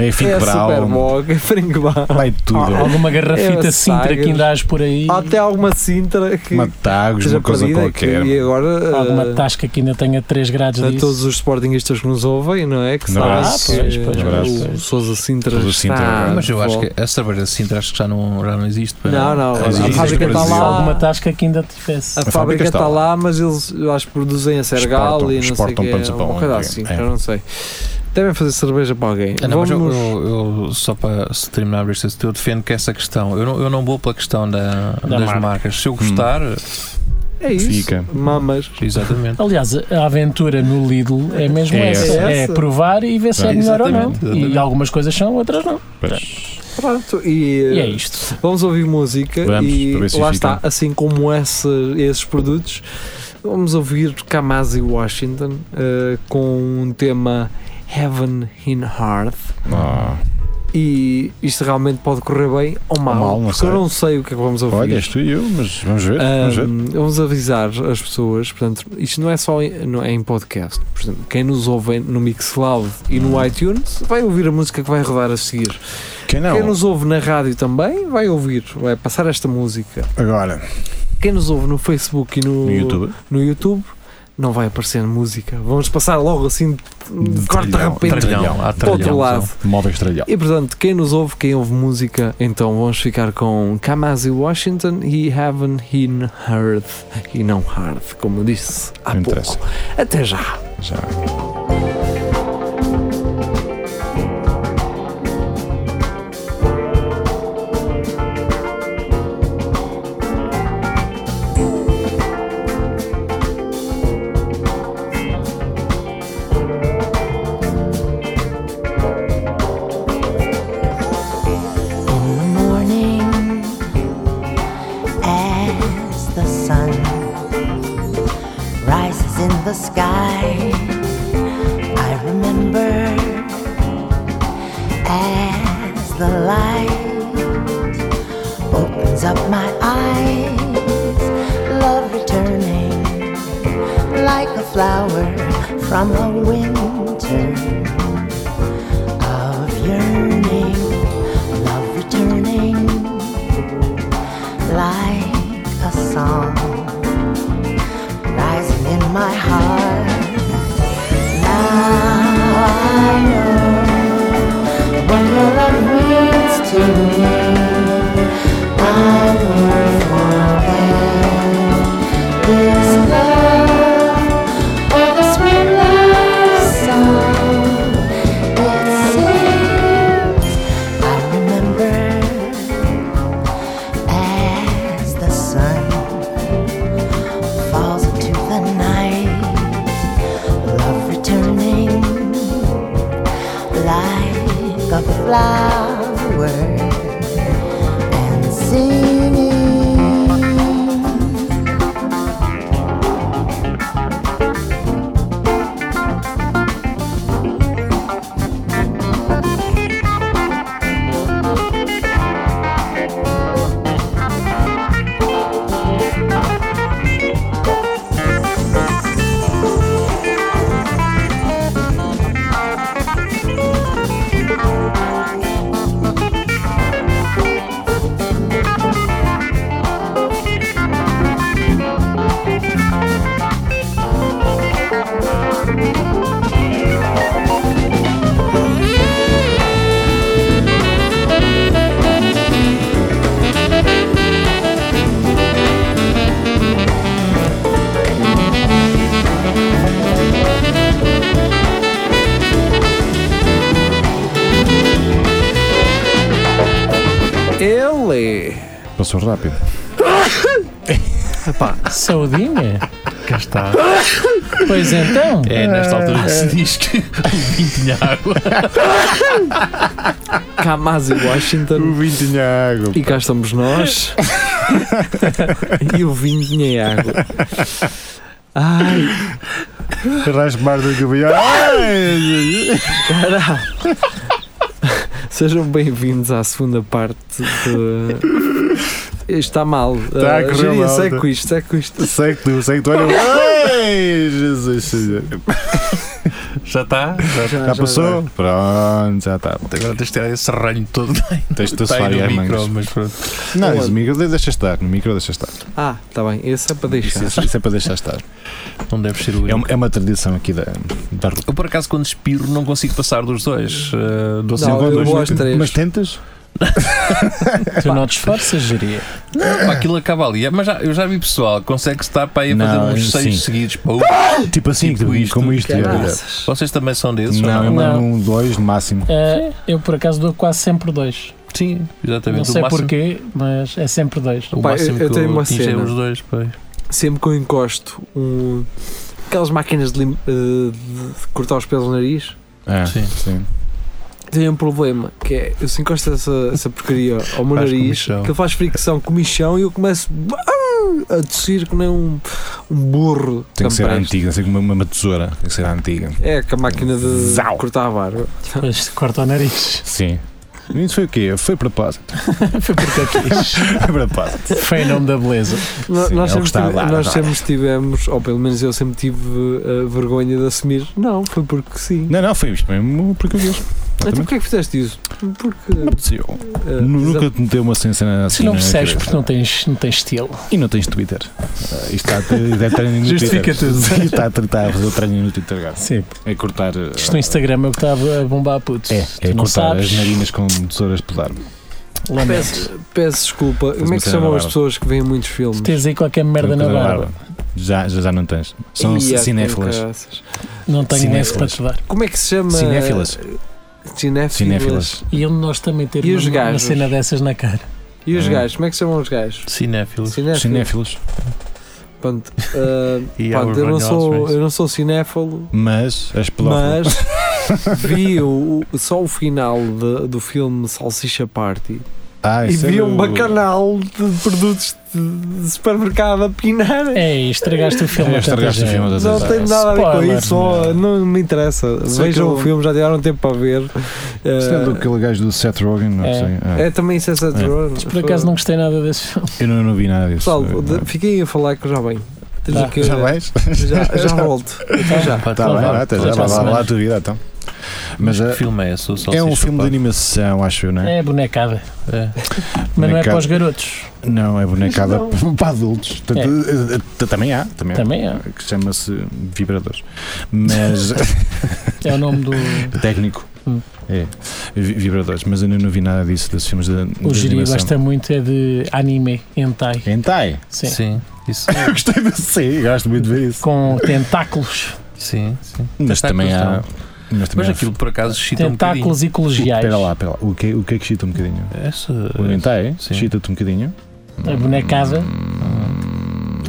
C: É
B: é
C: Finco Brau.
B: Superboc, é Fringbar.
C: Vai tudo.
D: Alguma garrafita
B: É,
D: Sintra
B: sagas.
D: que ainda hás por aí.
B: Há até alguma Sintra que
C: Matagos,
B: seja
C: uma coisa
B: perdida. é que-
C: qualquer.
B: e agora.
D: Alguma
B: ah,
D: tasca que ainda tenha 3 graus
B: a
D: disso.
B: todos os sportingistas que nos ouvem, não é? Que
C: Um
B: sabem
C: abraço.
B: que
D: Ah, pois, pois,
B: o
C: pois,
D: pois.
B: Sousa Sintra
C: Sousa
B: está
C: Sintra, é.
B: de
E: Mas eu acho
B: volta.
E: que é. a cerveja de Sintra acho que já não, já não existe. pá.
B: Não, não,
C: Existe
B: a
C: no
B: fábrica está
C: Brasil.
B: lá.
D: Alguma tasca que ainda tivesse.
B: A,
C: fábrica
B: fábrica
C: está
B: está
C: lá.
B: lá, mas eles eu acho que produzem a Sergal
C: Exportam-
B: e não sei o
C: exportam
B: que
C: para não sei
B: é,
C: para
B: uma
C: onde,
B: coisa assim,
C: é.
B: eu não sei. Devem fazer cerveja para alguém.
E: Ah, não, mas eu,
B: Vamos-
E: eu- eu- só para se terminar isto, eu defendo que essa questão, eu não, eu não vou pela questão da- das
D: marca.
E: marcas. Se eu gostar,
B: É isso.
C: Fica.
B: Mamas.
E: exatamente.
D: Aliás, a aventura no Lidl é mesmo
C: É
D: essa.
B: essa.
D: É provar e ver se é
C: É.
D: melhor ou não.
E: Exatamente, exatamente.
D: E algumas coisas são, outras não.
B: Pronto, e, eh,
D: E é isto.
B: vamos ouvir música
C: Vamos, para ver
B: e
C: se
B: lá
C: fica.
B: está, assim como esse- esses produtos, vamos ouvir Kamasi Washington eh, com um tema Heaven in Hearth.
C: Ah,
B: E isto realmente pode correr bem ou mal,
C: mal, não
B: porque
C: sei.
B: eu não sei o que é que vamos ouvir.
C: Olha, és tu e eu, mas vamos ver.
B: Ahm,
C: Vamos ver.
B: vamos avisar as pessoas, portanto, isto não é só em, não é em podcast. Por exemplo, quem nos ouve no Mixcloud e
C: Hum.
B: no iTunes vai ouvir a música que vai rodar a seguir.
C: Quem não?
B: Quem nos ouve na rádio também vai ouvir, vai passar esta música.
C: Agora,
B: Quem nos ouve no Facebook e no,
C: no YouTube.
B: no YouTube, não vai aparecer música. Vamos passar logo assim de
C: De
B: corte de
C: trilhão,
B: repente
C: trilhão.
E: Há
B: para o outro
E: trilhão,
B: lado.
C: Móveis tralhão.
B: E portanto, quem nos ouve, quem ouve música, então vamos ficar com Kamasi Washington e Heaven in Hearth e não Hearth, como eu disse há
C: Não
B: pouco.
C: interessa.
B: Até já!
C: Já.
F: in the morning as the sun rises in the sky. I remember as the light opens up my eyes, love returning like a flower from a winter of yearning love returning like a song rising in my heart. Now I know what your love means to me. I'm worth more than this love or the sweet love song it sings. I remember as the sun falls into the night, love returning like a flower
B: é
C: passou rápido.
D: Saudinha?
E: Cá está.
D: Pois então.
E: É nesta altura que se diz que o vinho tinha água.
B: Kamasi Washington.
G: O vinho tinha água.
B: E cá estamos nós. e o vinho tinha água. Ai,
G: Raspar do cabelo. Ai!
B: caralho. Sejam bem-vindos à segunda parte de. Está mal.
G: Está a
B: Ah,
G: correr
B: Jeria,
G: mal,
B: segue
G: tá.
B: com isto, segue com isto.
G: Sei que tu, sei que tu. Olha. Ai! Jesus Senhor.
E: Já está?
G: Já passou? Pronto, já está.
E: Agora tens de tirar esse ranho todo.
C: tá. Tens de
E: Está
C: acessar
E: aí no micro,
C: mangas.
E: mas pronto.
G: Não, isso, no micro deixa estar. No micro deixa estar.
B: Ah, está bem, esse é para deixar.
C: Isso, isso- isso é para deixar estar.
E: Não deve ser o
C: É uma, é uma tradição aqui da, da
E: um- Eu por acaso quando espirro não consigo passar dos dois. eh, do
B: Não,
E: segundo
B: eu
E: dois
B: vou
E: no
B: às
E: tempo.
B: três.
G: Mas tentas?
D: Tu não te esforças, geria.
E: Pá, aquilo acaba ali. É, Mas já- eu já vi pessoal que consegue estar para aí a fazer
C: Não,
E: uns
C: sim.
E: seis seguidos. Pô,
C: Tipo assim,
E: Tipo
C: tipo
E: isto.
C: como isto. é.
B: Caraças.
E: vocês também são desses? ou
C: Não, eu mando um, dois no máximo.
D: Ah, eu por acaso dou quase sempre dois.
E: Sim, exatamente.
D: Não
E: o
D: sei
E: máximo,
D: porquê, mas é sempre dois.
E: O
B: Pá,
E: máximo
B: eu-
E: que
B: eu
E: eu,
B: tenho uma
E: atingi
B: cena.
E: é os dois. Pois.
B: Sempre que eu encosto um. Aquelas máquinas de, lim- eh, de cortar os pelos no nariz,
C: É,
E: Sim.
C: sim.
B: tem um problema, que é eu se encosto essa, essa porcaria ao meu
E: Faz
B: nariz,
E: comichão.
B: que ele faz fricção com o michão e eu começo ah, a tossir que nem um, um burro.
C: Tem que ser
B: campresto.
C: antiga, tem que ser como uma, uma tesoura. Tem que ser antiga.
B: É, com a máquina de
C: Zau.
B: cortar a barba.
D: Depois corta o nariz.
C: Sim. Isso foi o quê? Foi propósito.
D: Foi porque eu quis.
C: Foi propósito.
D: Foi em nome da beleza.
B: No- nós
C: Sim, é o
B: sempre,
C: que está
B: tive-
C: lá,
B: nós
C: já.
B: sempre tivemos, ou pelo menos eu sempre tive uh, vergonha de assumir. Não, foi porque sim.
C: Não, não, foi isto mesmo porque eu quis.
B: Então
C: Exatamente.
B: porquê é que fizeste isso? Porque.
C: Não apeteceu.
B: uh,
C: Nunca te meteu uma cena assim.
D: Se não
C: na
D: percebes
C: cabeça.
D: porque não tens, não tens estilo.
C: E não tens Twitter. Ah, isto está a ter- deve estar no
D: Justifica
C: Twitter.
D: tudo.
C: Sim, Está a tratar a fazer o treino no Twitter agora.
D: Sim.
C: É cortar. ah,
D: Isto no Instagram é o que estava a bombar putos.
C: É, é
D: Tu não
C: cortar
D: sabes.
C: as narinas com tesouras polar.
D: Lamento.
B: Peço, peço desculpa. Como é
C: uma
B: que se
C: cena
B: chamam
C: na
B: as
C: barba.
B: pessoas que veem muitos filmes?
D: Tu tens aí qualquer merda na barba.
C: Já, já, já não tens. São
B: Ia, é com
C: cinéfilas.
B: caraças.
D: Não tenho nem para
C: Cinéfilas.
D: te dar.
B: Como é que se chama?
C: Cinéfilas.
B: Cinéfilas.
C: Cinéfilas.
D: E onde nós também ter
B: E
D: uma,
B: os
D: uma
B: gajos?
D: cena dessas na cara.
B: E os
C: Hum.
B: gajos? Como é que se chamam os gajos?
E: Cinéfilo.
B: Cinéfilos.
C: Cinéfilos. é
B: Pronto, ah,
E: E
B: pronto,
E: Albert
B: eu, não
E: Brunhols,
B: sou,
E: mas-
B: eu não sou cinéfalo,
C: Mas as pelófilas.
B: mas vi o, o- só o final de- do filme Salsicha Party
C: Ah,
B: e
C: isso
B: vi
C: era
B: um
C: o-
B: bacanal de produtos de, de supermercado a pinar.
D: Ei, É, estragaste o filme.
C: É,
D: a tanta
C: estragaste o
D: gente.
C: filme a
B: Não
C: tanta
B: tem
C: gente.
B: nada a ver com
D: Spoiler,
B: isso, ó, não me interessa.
G: Sei
B: Vejam
G: que
B: o
G: eu-
B: filme, já tiveram tempo para ver.
C: Isso é do
B: Ah,
C: aquele gajo do Seth Rogen, não
D: É.
C: sei. Ah,
B: é também isso é Seth
C: É.
B: Rogen.
D: Por acaso não gostei nada desse filme.
C: Eu não, não vi nada disso.
B: É. Pessoal,
C: Eu-
B: de- fiquem a falar que eu já venho. Tenho
D: Tá.
B: que-
G: Já vais?
B: já, já volto. Até já.
C: Tá
E: então
G: Está bem, lá, até já,
D: Até
G: vai lá,
D: para a
G: lá a tua vida então. Mas
E: Mas que
G: é,
E: filme é esse?
C: é
E: O
C: um
E: Salsicha
C: filme de
E: Party?
C: animação, acho eu, não é?
D: É bonecada.
E: É.
D: Mas não é
C: Bonecada.
D: para os garotos.
C: Não, é bonecada para adultos. Portanto, eh, eh, Também há, também há.
D: Também é.
C: Que chama-se Vibradores. Mas. eh,
D: É o nome do.
C: técnico.
D: Hum.
C: É, vi- vibradores, mas eu ainda não vi nada disso, desses filmes de, de
D: O Jiri
C: animação.
D: gosta muito é de anime, hentai.
C: Hentai.
D: Sim.
E: Sim. Isso.
C: Eu gostei de sim, gosto muito de ver isso.
D: Com tentáculos.
E: Sim, sim.
C: Mas também há. Mas, também
E: Mas
C: há-
E: aquilo por acaso excita um bocadinho.
D: Tentáculos ecologiais.
C: Espera lá, espera lá. O que, o que é que chita um bocadinho?
E: Essa,
C: O hentai?
E: sim.
C: Chita-te um bocadinho?
D: A bonecada.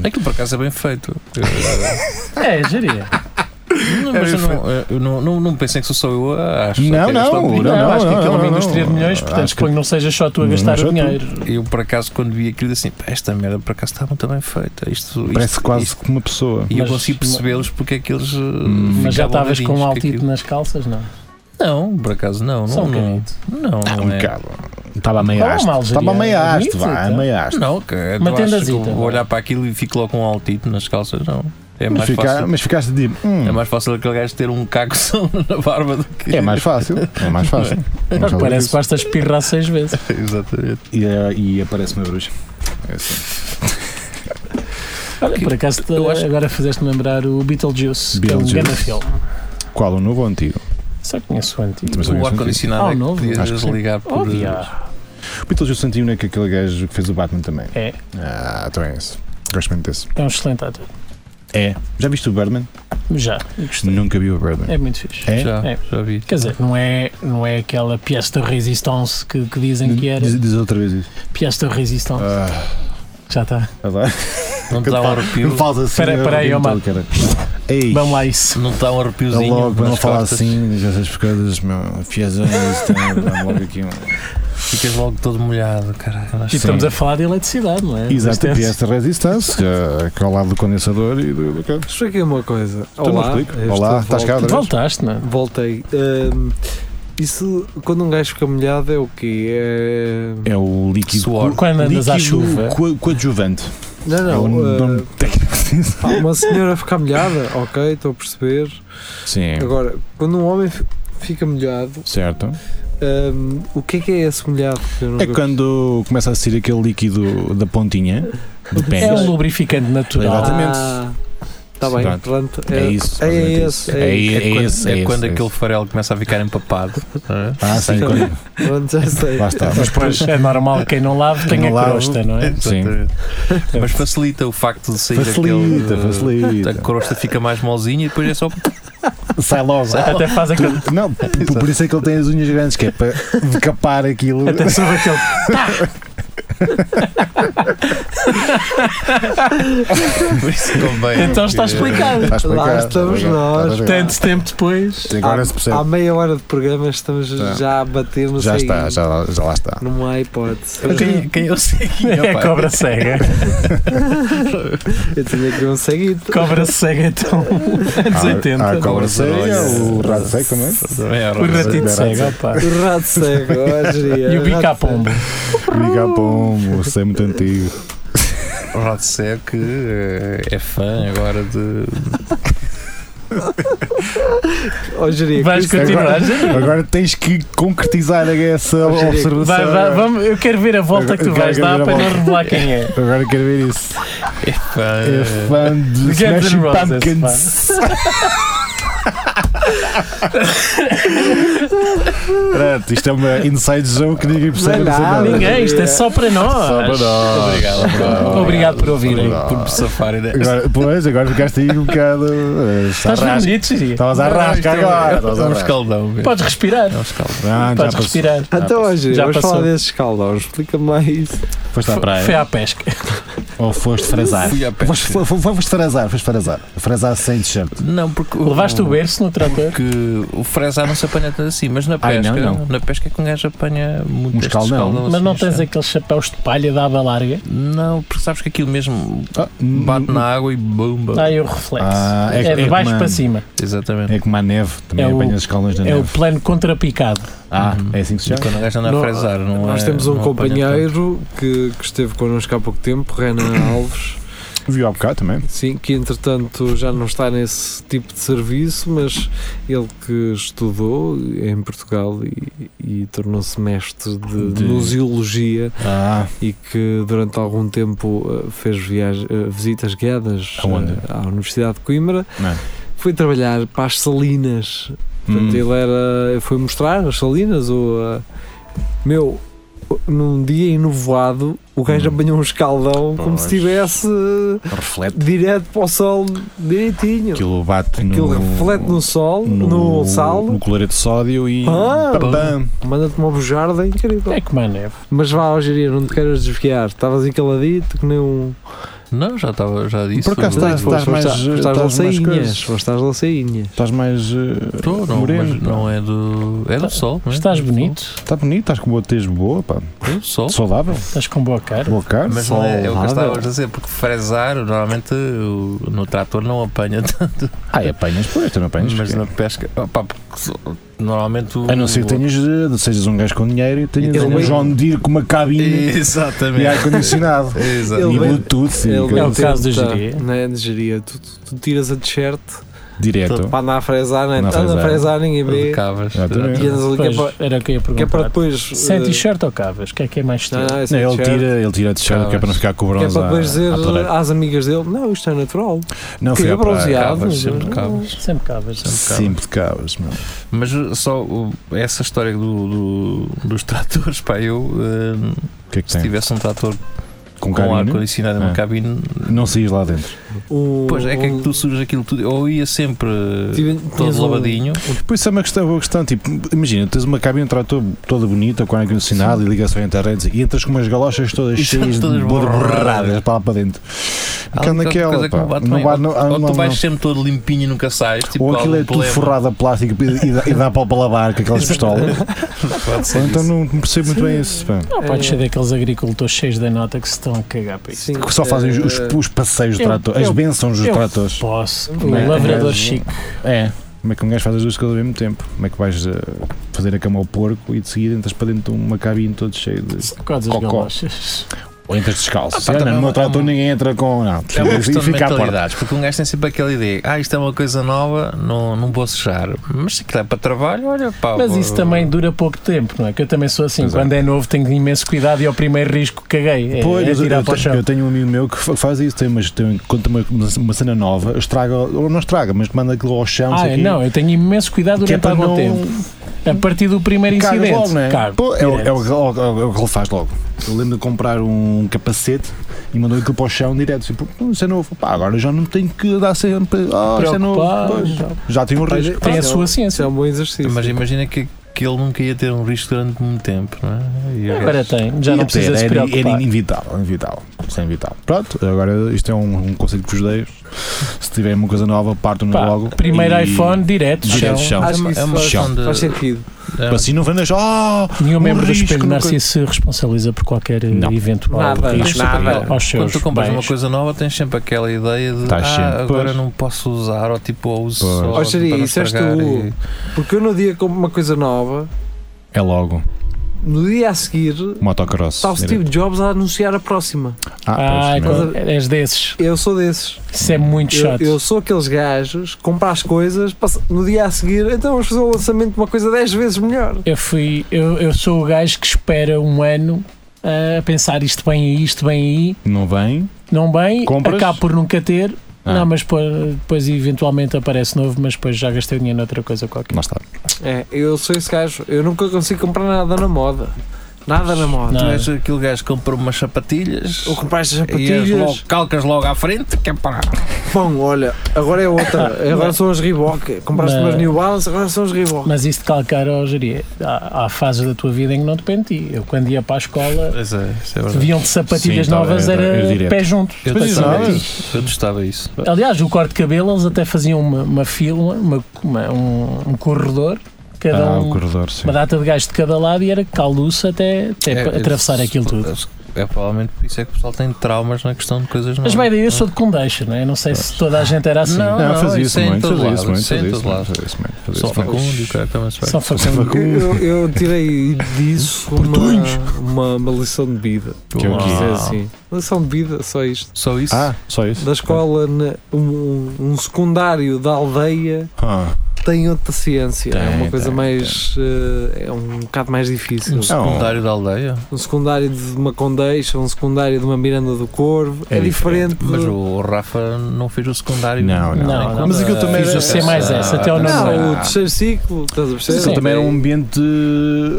E: Aquilo por acaso é bem feito. Eu-
D: É, geria.
E: não, mas eu não, eu não, não, não pensem que sou só eu a acho.
C: É Não,
E: Até
C: não,
E: este
C: não,
E: outro dia.
C: não.
D: acho que aquilo é uma
C: não,
D: indústria de
C: não.
D: milhões, portanto,
C: Acho que-
D: suponho que não seja só tu a
C: Não
D: gastar
C: só
D: o
C: tu.
D: dinheiro.
E: Eu por acaso quando vi aquilo assim, "Pá, esta merda por acaso está muito bem feita. Isto, isto-
C: Parece quase
E: isto-
C: que uma pessoa.
E: E eu
D: Mas-
E: consigo percebê-los porque é que eles. eh,
C: Hum.
D: Mas já
E: ficavam
D: estavas com
E: nadinhos
D: um
E: com
D: altito
E: aquilo.
D: nas calças, não?
E: Não, por acaso não.
D: Só
E: Não,
D: um
E: não,
D: bocadinho.
E: não,
C: Ah,
E: não
C: um
E: é.
C: bocado. Estava a meia
D: Toma,
C: haste.
D: Algeria.
C: Estava a meia haste,
D: Bonito,
C: vá, a
D: então.
C: meia haste.
E: Não, que eu
D: Uma
E: acho que
D: tendazita,
E: eu vou
D: vá.
E: olhar para aquilo e fico logo com um altito nas calças, não. É
C: Mas,
E: mais
C: fica-
E: fácil.
C: mas ficaste de. hum,
E: É mais fácil aquele gajo ter um caco só na barba do que.
C: é mais fácil. É mais fácil. Vamos falar
D: Parece
C: disso.
D: que basta espirrar seis vezes.
E: Exatamente.
C: E, eh, e aparece uma bruxa. É assim.
D: Olha, por acaso te-
E: eu acho-
D: agora fizeste-me lembrar o Beetlejuice, que é um
C: Beetlejuice.
D: grande filme.
C: Qual? O novo ou o antigo?
D: Só conheço o antigo.
C: Mas eu
E: o
C: gosto
E: ar-condicionado
D: Ah,
E: é que
D: novo.
E: podia
C: Acho que sim.
E: desligar por.
D: Óbvio.
C: O Beetlejuice Santino é que aquele gajo que fez o Batman também.
D: É,
C: Ah, então é esse. Gosto muito desse.
D: é um excelente ator.
C: É. Já viste o Birdman?
D: Já, eu gostei.
C: Nunca vi o Birdman.
D: É muito fixe.
C: É?
E: Já,
D: É.
E: já vi.
D: Quer dizer, não é, não é aquela pièce de resistance que, que dizem que era.
C: Diz, diz outra vez isso.
D: Pièce de resistance.
C: Ah,
D: Já tá. está.
C: adoro.
E: Não te dá um arrepio.
G: Não faz assim.
D: Espera,
G: eu-
D: espera aí,
C: Eu
D: Omar.
C: não tô, cara. Ei,
D: Vamos lá, isso.
E: Não te dá um
C: é
E: arrepiozinho.
C: logo, para não
E: nas
C: falar
E: costas?
C: assim, essas coisas, meu, fiazões, isso também, dá-me logo aqui um...
E: Ficas logo todo molhado, caralho.
D: E estamos a falar de eletricidade, não é?
C: Exato,
D: Resistência.
C: esta resistance, que, que é ao lado do condensador e do, do cara.
B: Expliquei uma coisa.
C: não
B: Olá,
C: explico.
B: esta
C: Olá, estás
B: volta-
C: cá, outra vez?
D: Voltaste, não é?
B: Voltei. Ahm, isso, quando um gajo fica molhado, é o quê? É...
C: É o líquido.
E: Suor.
D: Quando andas à chuva.
C: co- coadjuvante.
B: Não,
C: É
B: não.
C: um
B: ah,
C: nome técnico.
B: pá, uma senhora ficar molhada, ok, estou a perceber.
C: Sim,
B: Agora, quando um homem fi- fica molhado,
C: certo.
B: ahm, o que é que é esse molhado? que eu nunca
C: É quando começa a sair aquele líquido da pontinha do pé.
D: É um lubrificante natural.
C: Exato. Exatamente.
B: Está Ah, tá bem,
C: Pronto.
B: pronto.
C: É isso,
B: É,
C: basicamente
B: esse.
C: isso.
B: É,
C: É
B: esse.
E: É, quando,
C: esse,
E: é
C: é esse,
E: quando
C: é
E: aquele
C: esse.
E: farelo começa a ficar empapado. não é?
C: Ah, sim, quando,
B: Pronto, já sei.
C: lá está.
D: Mas depois é normal quem não lava
C: Quem
D: tem a
C: não lava-
D: crosta, não é?
C: Sim.
E: Exatamente. Mas facilita o facto de sair
C: Facilita,
E: aquele.
C: facilita.
E: A crosta fica mais molzinha e depois é só.
C: Sai logo.
D: Até faz aquele.
C: Não, p- p- por isso é que ele tem as unhas grandes, que é para decapar aquilo.
D: Até sobre aquele.
E: Por isso convém.
D: Então está explicado.
C: Estás para
B: Lá
C: cá,
B: estamos
C: estás para cá,
B: nós.
C: estás para cá.
D: Tanto tempo depois.
G: Agora
B: Há-
G: se percebe.
B: Há meia hora de programa estamos
G: Tá.
B: já a bater no
C: Já
B: ceguinho.
C: está, já, lá- já lá está.
B: Não há hipótese.
E: Quem, quem eu sei que
D: É a
E: pá.
D: cobra cega.
B: Eu tinha aqui um ceguito.
D: Cobra cega então. Anos
G: Há-
D: 80.
C: ah,
G: Há a cobra
E: Olha.
C: é
G: cega, o rato seco também.
E: Também era
D: O ratito
G: Era
D: cega, opa.
B: O rato cego, hoje.
D: E o bico à pomba.
G: Liga a pombo, isso é muito antigo.
E: O Rod Seco que eh, é fã agora de.
B: Hoje,
D: Vais continuar.
G: Agora tens que concretizar essa
B: Hoje é que-
G: observação.
D: Vai, vai, vamos, eu quero ver a volta que tu
G: Agora
D: vais
G: quero
D: dar
G: ver a
D: para não
G: volta.
D: revelar quem é.
G: Agora quero ver isso.
E: É fã.
G: É fã de
D: Eh, Guns N'
G: Smashing
D: Roses, é
G: Pumpkins. Pronto, isto é uma inside joke que ninguém percebe.
B: Não é nada.
G: não sei
D: Ninguém, isto é só para
G: Só para
D: nós.
G: nós.
E: Obrigado, obrigado.
D: Obrigado por ouvirem.
E: Por me safarem. né?
G: Agora, pois, agora ficaste aí um bocado. eh,
C: Tá
D: Estás bem
G: arrasca.
D: bonito, Siria.
G: Estavas a rasca agora. Estavas
E: É
G: a
E: um
G: rasca.
E: escaldão. mesmo.
D: Podes respirar.
E: É um escaldão.
C: Ah,
G: Não, já
D: Podes
G: passou.
D: respirar.
B: Então, hoje,
D: Já
B: vamos
D: passou.
B: falar desses caldos. Explica-me mais.
C: Foste à
D: Foi
C: praia.
D: à pesca.
C: Ou foste frazar.
E: Fui à pesca.
C: Foste, fo- fo- foste frazar, foste frazar. Frazar sem t-shirt.
E: Não, porque.
D: Levaste o berço no trator.
E: que o frezar não se apanha tanto assim, mas na
C: Ai,
E: pesca,
C: não, não.
E: na pesca é que um gajo apanha muito
C: Um
E: este
C: escaldão.
D: Mas
E: assim,
D: não tens
E: sabe?
D: aqueles chapéus de palha da aba larga?
E: Não, porque sabes que aquilo mesmo
C: Ah,
E: bate na água e bomba.
D: Dá Tá aí o reflexo.
C: Ah, é-
D: É
C: é
D: de baixo
C: uma-
D: para cima.
E: Exatamente.
C: É como a neve, também
D: É o-
C: apanha as escalas da
D: É o
C: neve.
D: plano contrapicado.
C: Ah,
E: Uhum.
C: é assim que se
E: E
C: chama?
E: Quando o gajo anda a
B: Nó-
E: frezar, não
B: Nós
E: é-
B: temos um
E: não apanha tanto.
B: companheiro que, que esteve connosco há pouco tempo, Renan Alves.
C: Viu há bocado também.
B: Sim, que entretanto já não está nesse tipo de serviço, mas ele que estudou em Portugal e, e tornou-se mestre de,
C: De-
B: museologia
C: Ah,
B: e que durante algum tempo eh, fez viagem, eh, visitas guiadas
C: Aonde?
B: eh, à Universidade de Coimbra.
C: Não. é?
B: Foi trabalhar para as salinas. Portanto,
C: Hum.
B: ele era, foi mostrar as salinas. Ou, eh, meu, num dia enovoado, o gajo
C: Hum.
B: apanhou um escaldão como se
C: Pois.
B: estivesse eh,
C: reflete.
B: direto para o sol, direitinho. Aquilo,
C: Aquilo bate no.
B: reflete no sol, no, sal,
C: No coloreto de sódio e.
B: Ah,
C: Pam, pam.
B: manda-te uma bujarda incrível.
D: É como a neve.
B: Mas vá, Algeria, não te queiras desviar. Estavas aí caladito, que nem um.
E: Não, já estava, já disse.
C: Por acaso tá,
E: Não,
C: estás-
E: não,
C: estás mais-
B: Estás
C: estás mais
B: lanceinhas.
C: coisas.
B: Estás lanceinhas.
C: Estás mais. eh,
E: estou, não,
C: moreno,
E: mas
C: pá.
E: não é do. É do sol, não é?
D: Estás
E: É do sol.
D: bonito,
C: Está bonito, estás com boa tez boa, pá.
E: É do sol.
C: Saudável.
D: estás com boa cara.
C: Boa carne.
E: Mas não é, é o que eu
B: Saudável.
E: estava a dizer, porque frezar normalmente o- no trator não apanha tanto,
C: Ah, e apanhas, pois, tu não apanhas.
E: mas é
C: porque-
E: na pesca, opá, porque so- normalmente o,
C: A não ser que tenhas, eh, sejas um gajo com dinheiro e tenhas
B: Ele
C: um
B: vem-
C: John Deere com uma cabine
E: Exatamente.
C: e ar-condicionado.
E: Exato.
B: Ele
C: E
B: vem-
C: Bluetooth e
B: Ele
D: é o
C: coisas.
B: tenta,
D: caso da Geria.
B: Não é de geria. Tu, tu- tu tiras a t-shirt
C: é direto.
B: para andar a fresar, não é?
C: Andar a
B: Estás a
C: fresar.
B: fresar, ninguém
E: De
B: vê.
E: cavas.
C: Exatamente.
B: E andas ali que é
D: Pois,
B: para,
D: era o que eu
B: que é
D: ia
B: para
D: perguntar.
B: depois.
D: Se é
B: eh,
D: t-shirt ou cavas? O que é que é mais
B: Não,
D: estilo?
B: não, isso é
C: Não, ele
B: t-shirt.
C: tira, ele tira de chão, que é para não ficar com o
B: Que é
C: bronze.
B: para depois
C: à-
B: dizer
C: à toleira.
B: às amigas dele: Não, isto é natural.
C: Não
B: que
C: fui
B: é
C: à praia.
B: bronzeado.
E: Cavas, sempre cavas.
D: Sempre
E: Tá um
D: cavas.
C: Sempre de cabas, meu.
E: Mas uh, só uh, essa história do, do- dos tratores, pá, eu uh,
C: O que é que
E: se
C: tem?
E: tivesse um trator
C: Com
E: com ar
C: carinho?
E: condicionado em uma
C: Ah.
E: cabine,
C: Não saís lá dentro.
B: O,
E: Pois é que é que tu sujas aquilo tudo. Ou ia sempre
B: Tive-
E: todo
B: tinhas um-
E: lavadinho.
C: Pois isso é uma questão, boa questão. Tipo, imagina, tens uma cabine de trator toda bonita, com ar condicionado e ligação à internet e entras com umas galochas todas
E: E
C: cheias
E: todas
C: de borradas
E: borradas.
C: para lá para dentro.
E: Há
C: Fica
E: ali qualquer
C: naquela,
E: coisa que
C: pá.
E: não bate
C: Não
E: bem.
C: vai- não-
E: ou,
C: não-
E: tu vais
C: não.
E: sempre todo limpinho e nunca sais. Tipo,
C: Ou
E: há
C: aquilo
E: algum
C: é tudo
E: problema.
C: forrado a plástico e, e dá, e dá para o balabar com aquelas pistolas.
E: Pode ser
C: Ou então
E: isso.
C: não percebo muito bem esse. pá.
D: Não, pode
B: É.
D: ser daqueles agricultores cheios da nota que se estão a cagar para isso.
B: Sim,
C: Que só fazem os, os-
B: eh,
C: os passeios de
D: Eu-
C: trator,
D: eu-
C: as bênçãos dos
D: eu-
C: tratores.
D: Posso. O
C: Não é?
D: lavrador
C: É.
D: chico.
C: É. Como é que um gajo faz as duas coisas ao mesmo tempo? Como é que vais eh, fazer a cama ao porco e de seguida entras para dentro de uma cabine todo cheio de.
D: Por causa das
C: Cocó.
D: galochas.
C: Ou entras descalço.
E: Ah, pá,
C: Ah,
E: também
C: no meu
E: é uma-
C: trator ninguém entra com. Não,
E: É uma questão
C: e
E: de
C: fica à porta.
E: mentalidades, porque um gajo tem sempre aquela ideia, ah, isto é uma coisa nova, não, não vou sujar. Mas se aquilo é para trabalho, olha pá.
D: Mas
E: vou-
D: isso também dura pouco tempo, não é? Que eu também sou assim.
C: Pois é.
D: Quando é novo tenho imenso cuidado e ao primeiro risco caguei. É,
C: Pois,
D: é
C: eu,
D: tirar
C: eu
D: para o
C: tenho,
D: chão.
C: eu tenho um amigo meu que fa- faz isso, tem, mas tem, conta uma, uma cena nova, estraga, ou não estraga, mas manda aquilo ao chão,
D: Ah,
C: sei quê,
D: não, eu tenho imenso cuidado
C: que é
D: durante
C: para
D: algum
C: não.
D: tempo. A partir do primeiro
C: Cagas
D: incidente.
C: logo, não é?
D: cago
C: Pô, é, o- é o,
D: direto.
C: é o- é o que ele faz logo. Eu lembro de comprar um capacete e mandou aquilo para o chão direto. Tipo, "Hum, isso é novo. Pá, agora já não tenho que dar sempre. Ah, isso é novo.
D: Preocupado.
C: Pois, já tenho um
B: Olha,
C: risco.
D: Tem a
B: Isso é
D: sua
B: um- Isso
D: ciência.
B: é um bom exercício.
E: Mas imagina que, que ele nunca ia ter um risco durante muito tempo, não é? E o
D: Agora
E: gajo-
D: tem, já
C: Ia
D: não
C: ter,
D: precisa se
C: era,
D: preocupar.
C: era inevitável, inevitável, sem vital. Pronto, agora isto é um, um conselho que vos dei. Se tiver uma coisa nova, partam-no
D: Pá,
C: logo.
D: primeiro
C: e-
D: iPhone, direto,
C: Direto,
D: chão.
C: chão.
B: Acho que
E: É
B: isso
E: uma
B: faz,
E: questão de-
B: faz sentido.
E: é-
C: Assim não vendas. Oh,
D: Nenhum
C: Um
D: membro do
C: risco
D: espelho
C: nunca-
D: Narciso se responsabiliza por qualquer eh,
C: Não.
D: eventual
E: um
B: Nada,
D: risco
B: nada.
D: aos seus
E: Quando tu compras
D: bens.
E: uma coisa nova, tens sempre aquela ideia de
C: Tá
E: ah,
C: sempre,
E: agora
C: pois.
E: não posso usar, ou tipo, ou uso
C: Pois.
E: só.
B: Ó, Xaria,
E: para não
B: isso és tu.
E: estragar e-
B: Porque eu no dia compro uma coisa nova,
C: É logo.
B: no dia a seguir
C: Motocross.
B: está o Steve Jobs a anunciar a próxima.
C: Ah,
D: Ah,
C: pois,
B: coisa-
C: não.
D: então és desses.
B: Eu sou desses.
D: Isso é muito
B: Eu,
D: chato.
B: eu sou aqueles gajos que compra as coisas passa- no dia a seguir, então vamos fazer o lançamento de uma coisa 10 vezes melhor.
D: Eu fui, eu, eu sou o gajo que espera um ano ah, a pensar isto bem aí, isto bem aí,
C: não vem.
D: não bem,
C: Compras?
D: acabo por nunca ter.
C: Ah.
D: Não, mas pô- depois eventualmente aparece novo, mas depois já gastei o dinheiro noutra coisa qualquer.
C: Lá está.
B: É, eu sou esse gajo. Eu nunca consigo comprar nada na moda. Nada na moda.
D: Não.
E: Tu
D: Ah.
E: és aquele gajo que comprou umas sapatilhas.
B: Ou comprar estas
E: E as
B: sapatilhas.
E: logo, calcas logo à frente, que é para.
B: Bom, olha, agora é outra. Agora são as Reebok. Compraste
D: Não.
B: umas New Balance, agora são as Reebok.
D: Mas isso de calcar ao geria, há, há fases da tua vida em que não depende de ti. Eu quando ia para a escola,
E: Pois é, isso é verdade.
D: viam-te sapatilhas
C: Sim, tá bem,
D: novas,
C: tá bem, eu
D: era
C: direto.
D: pé junto.
E: Eu
C: Pois é,
E: testava
C: não.
D: um.
E: isso. Eu testava isso.
D: Aliás, o corte de cabelo, eles até faziam uma, uma fila, uma- uma- um, um corredor, cada
C: Ah,
D: um
C: o corredor, sim.
D: uma data de gajo de cada lado e era calduça até, até
E: É,
D: pa-
E: eu-
D: atravessar aquilo tudo.
E: É provavelmente por isso é que o pessoal tem traumas na questão de coisas novas.
D: Mas bem, daí eu sou de Condeixa, não é? Não sei se toda a gente era assim.
E: Não,
C: Não, fazia
E: isso
C: isso
E: é em
C: muito,
E: todo
C: fazia
E: lado,
C: isso muito,
E: isso é em
C: fazia
E: todo
C: isso muito,
E: lado.
C: fazia isso muito, fazia
E: Só
C: isso muito.
E: Facundo e o cara também se vai.
D: Só fazendo
B: Eu, eu- eu tirei disso uma, uma, uma lição de vida.
C: Que é o
B: Vamos
C: quê?
B: dizer assim. Lição de vida, só isto.
E: Só isso?
C: Ah, só isso?
B: Da escola, na- um, um secundário da aldeia
C: Ah,
B: tem outra ciência. é
C: Tem,
B: uma coisa
C: tem,
B: mais. eh, é um bocado mais difícil.
E: Um secundário da aldeia?
B: Um secundário de uma Condeixa, um secundário de uma Miranda do Corvo. É,
C: É
B: diferente.
E: Mas
B: do-
E: o Rafa não fez o secundário. Ah,
C: Não, não,
D: Não, não.
C: Mas aquilo também
D: Fiz
C: era-
D: o C mais S, até o
B: não,
D: nome.
B: o terceiro ciclo, estás a perceber?
C: Aquilo
D: Sim.
C: também era um ambiente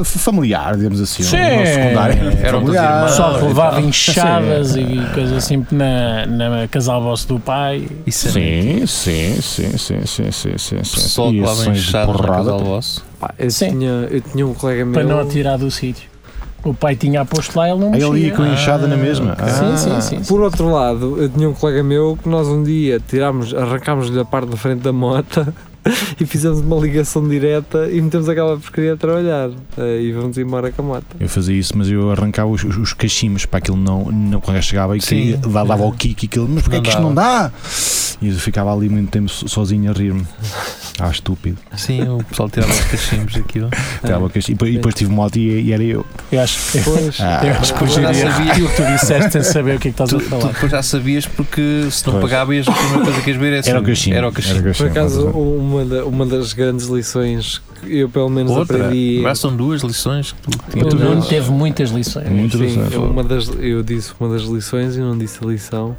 C: eh, familiar, digamos assim.
D: Sim.
C: Um secundário.
E: Eram todos irmãos.
D: Só
E: Ah,
D: que levava
E: então. é.
D: inchadas e coisas assim na, na casal vosso do pai.
E: Isso é
C: Sim, sim, sim, sim, sim, sim, sim, sim.
E: Pessoal que
C: E
E: lava
C: ações de
E: inchado na
C: porrada,
E: casa
C: pá.
E: vosso.
B: Pá, eu,
D: Sim.
B: Tinha, eu tinha um colega meu.
D: Para não atirar do sítio. O pai tinha aposto lá, ele não
C: Aí
D: mexia.
C: Ele ia com a enxada na mesma.
D: Sim,
C: Ah.
D: sim, sim. sim.
B: Por outro lado, eu tinha um colega meu que nós um dia tirámos, arrancámos-lhe a parte da frente da moto e fizemos uma ligação direta e metemos aquela porcaria a trabalhar. Eh, E vamos embora com a moto.
C: Eu fazia isso, mas eu arrancava os, os, os cachimbos para aquilo não. não quando eu chegava e
E: Sim.
C: caía, dava, dava o kick e aquilo, mas porquê
E: Não
C: que isto não dá? E eu ficava ali muito tempo so- sozinho a rir-me. Ah, estúpido.
E: Sim, o pessoal tirava os cachimbos daquilo.
C: Dava o cachimbo. E depois- e depois tive moto e, e era eu.
D: Eu acho,
B: Pois.
C: Ah.
D: eu acho que hoje
E: Já
D: em dia
E: sabia.
D: aquilo que tu disseste sem saber o que é que estás
E: Tu,
D: a
E: tu
D: falar.
E: depois já sabias porque se não
C: Pois.
E: pagava ias a primeira coisa que ias ver é assim,
C: Era o cachimbo.
E: Era o cachimbo.
C: Era o
B: Por
C: cachimbo,
B: acaso,
C: exatamente.
B: uma, da- uma das grandes lições que eu pelo menos
E: Outra.
B: aprendi.
E: Agora são duas lições que tu que
D: O
E: tu-
D: Nuno teve muitas lições.
C: Muito
B: Sim,
C: interessante.
B: eu, uma das, eu disse uma das lições e não disse a lição.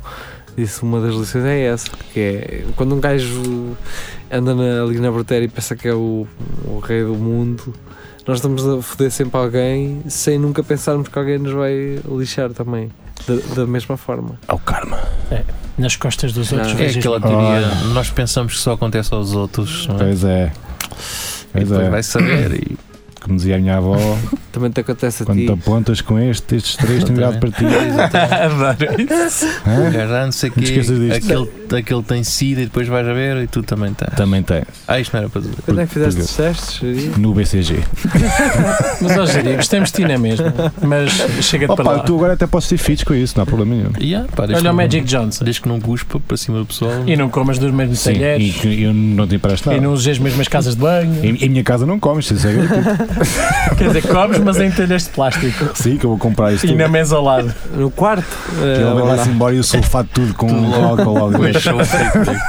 B: Disse uma das lições é essa, que é quando um gajo anda na, ali na Bretéria e pensa que é o, o rei do mundo, nós estamos a foder sempre alguém sem nunca pensarmos que alguém nos vai lixar também. Da, da mesma forma.
C: Ao karma.
H: nas costas dos outros.
B: Não.
E: É
H: vejas
E: aquela
H: bem.
E: teoria, nós pensamos que só acontece aos outros, não é?
C: Ah, é. Pois é.
E: E
C: Pois
E: depois
C: é.
E: vai saber. E,
C: Como dizia a minha avó,
B: Também te acontece a
C: quando tá
B: ti.
C: te apontas com este, estes três têm virado para ti.
D: Adoro isso.
C: Hã?
E: já um não sei
C: Não te esqueças
E: que
C: disto.
E: aquele, aquele tem sida e depois vais a ver e tu também tens.
C: Também tem.
E: Ah, isto não era para dizer.
B: Quando é que fizeste os testes? Jeria?
C: No BCG.
D: Mas ó, Jeria, gostamos de ti na mesma. Mas chega-te para lá.
C: Opa, tu agora até podes ter fits com isso, não há problema nenhum.
E: Yeah, ah, pá, desde
D: Olha o
E: que
D: Magic
E: não,
D: Johnson.
E: Desde que não cuspa para cima do pessoal.
D: E não comas dos mesmos
C: Sim, e
D: talheres.
C: que eu não te empresto
D: E
C: nada.
D: não uses as mesmas casas de banho.
C: Em, em minha casa não comes, isso é gratuito.
D: Quer dizer, comes, mas em talheres de plástico.
C: Sim, que eu vou comprar isso
D: E
C: tudo.
D: na mesa ao lado.
B: No quarto?
C: Que
B: Eh,
C: ele
B: vá lá.
C: vai-se embora e eu sulfato tudo com
E: Tudo logo.
C: álcool logo.
E: Com enxofre. né?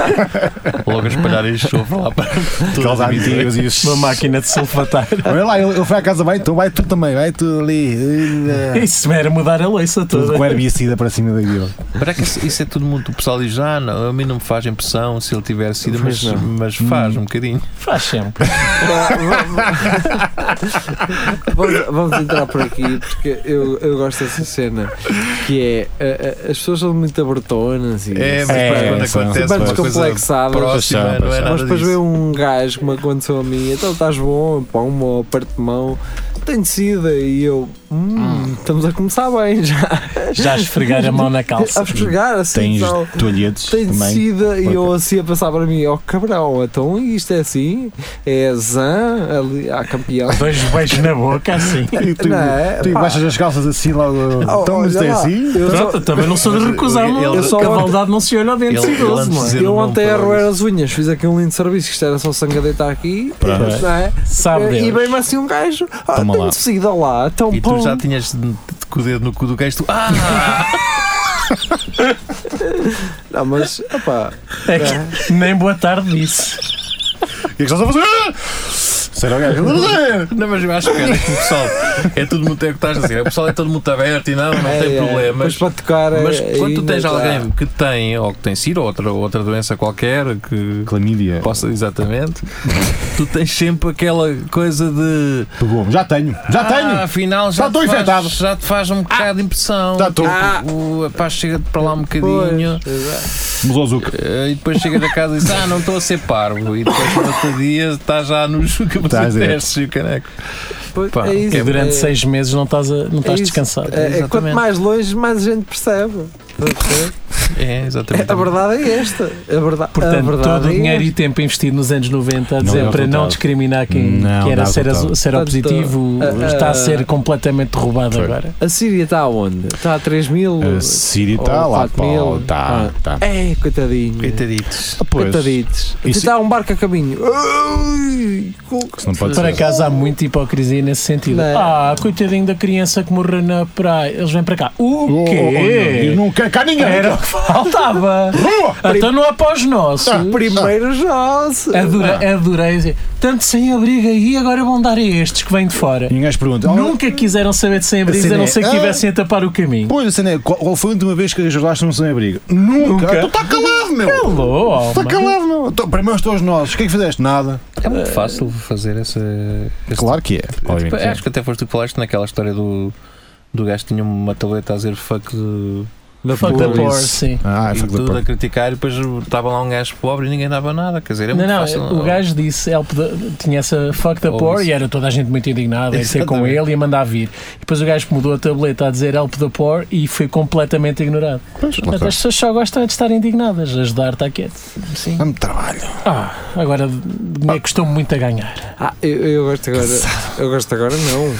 E: Logo a espalhar enxofre lá para todas
C: Aquelas
E: as
C: antigas e
D: Uma
C: os.
D: máquina de sulfatar.
C: Olha lá, ele, ele foi à casa bem, então vai tu também, vai tu ali. eh,
D: Isso é era mudar a louça
C: Tudo
D: toda.
C: com herbicida para cima daquilo.
E: Para que isso, isso é tudo muito. O pessoal diz: ah, não, a mim não me faz impressão se ele tiver sido, mas,
B: Pois não.
E: mas faz um bocadinho.
D: Faz sempre.
B: vamos, vamos entrar por aqui porque eu, eu gosto dessa cena que é a- a- as pessoas são muito abertonas e
E: É, mas
C: É,
E: quando
C: são-
E: acontece
B: super
E: uma coisa
B: descomplexadas.
E: próxima,
C: Pois são,
E: não
C: pois
E: é
C: são.
E: nada
B: um mas depois
E: disso.
B: vê um gajo como aconteceu a mim, então estás bom, pá, uma ou parte de mão, tenho sida e eu, hum, estamos a começar bem já.
D: Já esfregar a mão na
B: A
D: calça.
B: esfregar assim,
C: Tens
B: tal.
C: toalhetes
B: Tenho
C: também.
B: sida e
C: Porque-
B: eu assim a passar para mim, ó cabrão, então isto é assim, é zan, ali, ah, campeão.
D: Dois beijos na boca, assim.
C: E tu,
B: Não é?
C: tu
B: Pá.
C: baixas as calças assim logo.
B: Oh,
C: Então, mas
B: olha
C: é
B: lá.
C: assim?
B: Eu só-
D: Pronto, eu também não sou de recusar,
E: Ele-
D: mano.
E: ele-
D: a cavaldade não é? se olha ao dente
E: ele- ele
D: idoso,
E: antes de
D: mano.
E: dizer-
B: Eu
E: não
B: ontem a
E: para
B: roer as unhas, fiz aqui um lindo serviço, que isto era só sangue a deitar aqui,
C: Pronto.
B: não é?
D: Sabe
B: e e
D: Deus.
B: vem-me assim um gajo, ah,
C: Toma lá.
B: tenho sida lá, então
E: E
B: pão.
E: tu já tinhas de- de- com o dedo no cu do gajo, tu. Ah!
B: Não, mas, opá,
D: É que nem boa tarde disse.
C: O que é que estás a fazer? Ah! Será o gajo?
E: Não, mas eu acho que é que o pessoal é tudo muito. É o que estás a dizer. O pessoal é todo muito aberto e não, não
B: é,
E: tem
B: é,
E: problemas.
B: Mas para tocar. é-
E: Mas quando tu
B: ainda
E: tens
B: tá.
E: alguém que tem, ou que tem sido, ou outra, ou outra doença qualquer, que
C: Clamídia.
E: possa, exatamente, tu tens sempre aquela coisa de.
C: Pegou-me. Já tenho. Já
E: Ah,
C: tenho.
E: afinal já,
C: Já estou
E: te
C: infectado."
E: faz, já te faz um bocado de impressão. Tipo,
C: Já estou.
B: Ah.
E: O rapaz chega-te para lá um bocadinho
B: Pois, exato.
C: Mozozuca.
E: eh, e depois chega da casa e diz: Ah, não estou a ser parvo. E depois no outro dia estás já nos
C: Estás dentro.
E: testes e o caneco.
B: Pois,
E: Pá,
B: é isso,
D: Que durante
B: é-
D: seis meses não estás, a- não
B: é
D: estás
B: isso.
D: descansado.
B: É- é quanto
E: Exatamente.
B: mais longe, mais a gente percebe. Estás a perceber?
E: É,
B: É,
E: exatamente.
B: A verdade é esta. A verdade, a
D: Portanto,
B: verdade
D: todo o
B: é
D: dinheiro e
B: esta.
D: tempo investido nos anos 90 a
C: Não
D: dizer
C: dá
D: para não
C: resultado.
D: discriminar quem,
C: Não
D: quem era
C: dá
D: ser,
C: resultado.
D: ser
B: Portanto,
D: positivo
B: a- a-
D: está a ser completamente derrubado
C: Foi.
D: agora.
B: A Síria está onde? Está a 3 mil?
C: A Síria está
B: Ou
C: lá.
B: quatro mil.
C: Está. Tá.
B: É, coitadinho.
E: Coitaditos.
C: Ah, Pois.
B: Coitaditos. E
C: Isso- é Ah.
B: está um barco a caminho. Ui, com-
C: Isso não pode
D: Por
C: ser.
D: acaso há muita hipocrisia nesse sentido.
B: Não. é?
D: Ah, coitadinho da criança que morreu na praia. Eles vêm para cá. O
C: Eu
D: quê?
C: Oh, não quero cá ninguém.
D: Era o que faltava.
C: Boa!
D: Então não há para os nossos.
B: Ah, Primeiro Joss.
D: Adorei, adorei. Tanto sem-abrigo aí, agora vão dar a estes que vêm de fora.
C: E um gajo pergunta: "Oh,
D: Nunca quiseram saber de sem-abrigos,
C: Assim
D: a não
C: é.
D: ser que estivessem a tapar o caminho.
C: Pois, assim, né? qual, qual foi a última vez que ajudaste um sem-abrigo? Nunca!
D: Nunca.
C: Então está calado, meu!
D: Hello, oh,
C: Está calado, meu! Então, para mim, estou os nossos. O que é que fizeste? Nada.
E: É muito fácil fazer essa. esse
C: Claro que é.
E: Tipo,
C: Obviamente.
E: acho que até foste tu que falaste naquela história do, do gajo que tinha uma tableta a dizer fuck de,
B: Na
D: fuck the
E: Pois.
D: poor, sim.
C: Ah, é
E: e
C: fuck the
E: tudo a
C: pork.
E: criticar e depois estava lá um gajo pobre e ninguém dava nada. Quer dizer, é
D: não,
E: muito
D: não,
E: fácil.
D: o gajo disse, help the- tinha essa fuck the
E: Ou
D: poor
E: isso.
D: e era toda a gente muito indignada a ser com
E: Exatamente.
D: ele e a mandar vir. Depois o gajo mudou a tableta a dizer help the poor e foi completamente ignorado. Portanto, as pessoas só gostam é de estar indignadas, ajudar está quieto. Sim.
C: Dá-me trabalho.
D: Ah, agora me custou muito a ganhar.
B: Ah, eu, eu gosto agora. Eu gosto agora, não.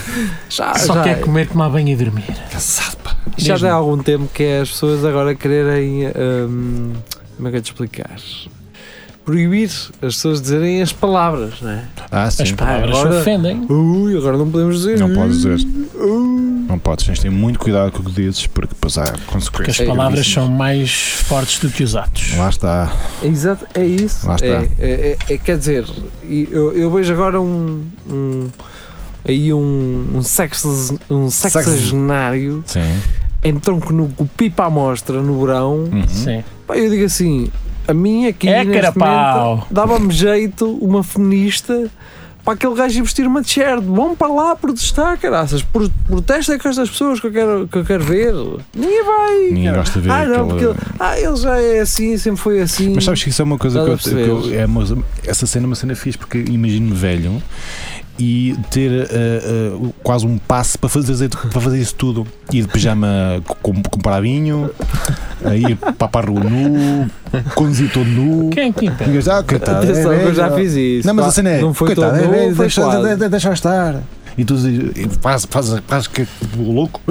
B: Já,
D: Só
B: Ah, já, é.
D: quer
C: é
D: comer, tomar banho e dormir.
B: já
D: Diz-me.
B: tem algum tempo que é as pessoas agora quererem. hum, como é que eu te explicar? Proibir as pessoas dizerem as palavras, não é?
C: Ah, sim.
D: As palavras
B: agora-
D: ofendem.
B: Ui, agora não podemos dizer. Hum,
C: Não
B: ui,
C: podes dizer.
B: ui.
C: Não podes. Tens de ter muito cuidado com o que dizes, porque depois há
D: Porque
C: consequências.
D: as palavras são mais fortes do que os atos.
C: Lá está.
B: É Exato, é isso.
C: Lá está.
B: É, é- é- é- quer dizer, e eu, eu vejo agora um. um aí um, um, sexes, um
C: Sexes-
B: sexagenário
C: Sim.
B: em tronco no com pipa à mostra no verão.
C: Uhum.
D: Sim.
B: Pá, eu digo assim, a minha aqui
D: É
B: neste
D: carapau.
B: momento dava-me jeito uma feminista para aquele gajo ir vestir uma t-shirt. Vão para lá protestar, caraças. Pro- Protestem com estas pessoas que eu quero, que eu quero ver. Ninguém vai.
C: Ninguém
B: cara.
C: gosta de ver
B: ah, não,
C: aquela-
B: porque ele, ah, ele já é assim, sempre foi assim.
C: Mas sabes que isso é uma coisa que eu,
B: Estás a
C: que eu-
B: perceber?
C: é uma- Essa cena é uma cena fixe, porque imagino-me velho e ter ah, ah, quase um passe para fazer, para fazer isso tudo. Ir de pijama com, com paradinho, ah, ir para para a rua nu, conduzir todo nu.
D: Quem é que impede?
C: Digas, ah, coitado, é
B: Atenção, que eu já
C: velho.
B: fiz isso.
C: Não, mas
B: pá.
C: a cena é.
B: Não foi
C: coitado,
B: todo
C: é
B: nu,
C: velho,
B: foi
C: deixa,
B: quase.
C: de- de- deixa estar. E tu dizes, faz, faz, faz que o louco.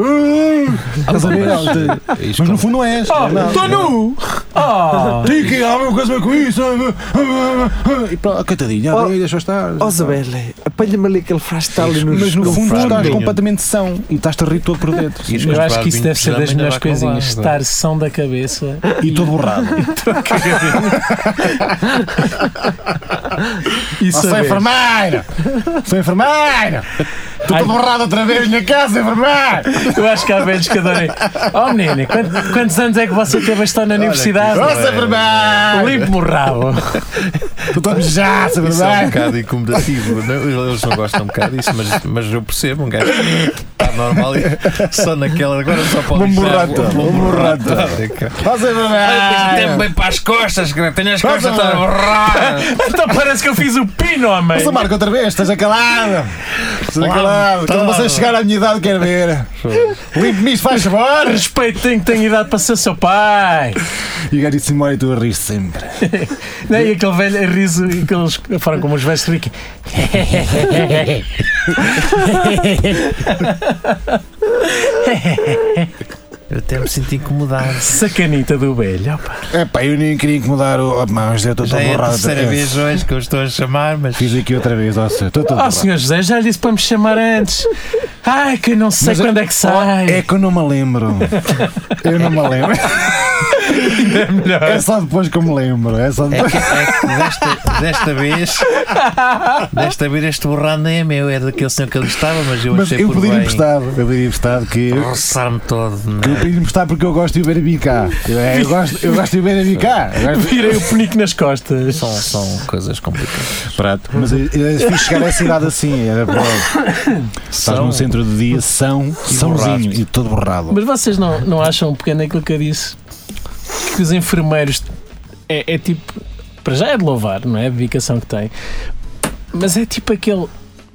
C: Estás a ver?
E: Isto
C: Mas no
E: como-
C: fundo não és. É Não.
B: então
D: Estou nu! Ah!
C: Tem que ir alguma coisa com isso. E pronto, coitadinha,
B: Oh.
C: oh, deixa eu estar.
B: Ó Zabelle, apalha-me ali aquele frasco que está ali no
C: Mas no fundo
E: frasco.
C: estás
E: Ninho.
C: completamente são e estás-te a rir todo por dentro.
E: E as
D: Eu
E: coisas
D: acho que isso
E: barbinhas
D: deve ser
E: já
D: das
E: ainda
D: melhores
E: vai com
D: coisinhas.
E: barba.
D: Estar são da cabeça.
C: E todo borrado.
D: E
C: Oh, sou
D: saber.
C: enfermeira! Sou enfermeira! Estou
D: Ai.
C: todo borrado outra vez na casa, enfermeira!
D: Eu acho que há velhos que adorem. Oh menina, quant- quantos, anos é que você teve a estar na universidade?
C: Nossa, Oh, é enfermeira!
D: Limpo-me o rabo.
C: Estou todo mijado,
E: Isso é um
C: enfermeira!
E: bocado incomodativo. não- Eles não gostam um bocado disso, mas, mas eu percebo. Um gajo está normal e só naquela. Agora só pode
C: Uma
E: lixar,
C: borrata,
E: uma
C: uma borrata.
E: borrata.
C: Nossa, Oh, enfermeira!
E: para as costas, cara. Tenho as
C: costas todas
E: borradas.
D: Então parece que eu fiz o pino, homem.
C: Nossa, Marco, outra vez, esteja calado! Esteja calado! Quando você chegar à minha idade, quero ver! Limpe-me isto, faz favor!
D: Respeitem que tenho idade para ser seu pai.
C: E o gajo disse: Mora, e tu a rir sempre.
D: Não, Né? e aquele velho riso, e aqueles foram como os velhos ricos.
E: Eu até me sinto incomodado.
D: Sacanita do velho. opa.
C: É pá, eu nem queria incomodar o. oh, Mas eu estou
E: Já
C: todo
E: é a
C: borrado.
E: terceira
C: outra
E: vez hoje que eu estou a chamar, mas. é
C: Fiz aqui outra vez, ó, senhor. Estou todo
D: Oh,
C: borrado.
D: senhor José, já lhe disse para me chamar antes. Ai, que eu não sei
C: Mas
D: quando é que sai.
C: É que eu não me lembro. Eu não me lembro. É só depois que eu me lembro. É só
E: É
C: depois.
E: que, é que desta, desta vez. Desta vez este borrado nem é meu, é daquele senhor que eu gostava, mas eu
C: Mas
E: achei
C: eu
E: por
C: pedi
E: bem.
C: emprestado. Eu pedi emprestado que. Eu
E: roçar-me todo. é?
C: que eu pedi emprestado porque eu gosto de o ver a bicar. Eu, eu gosto, eu gosto de o ver a bicar. Eu gosto-
D: Virei o penico nas costas.
E: São, são coisas complicadas.
C: Mas eu, eu fiz chegar a essa idade assim. Era para... Estás
E: São-
C: no centro do dia, são, sãozinho
E: borrado.
C: e todo borrado.
D: Mas vocês não, não acham um pequeno aquilo que eu disse? Que os enfermeiros é, é tipo. Para já é de louvar, não é? A dedicação que têm. Mas é tipo aquele.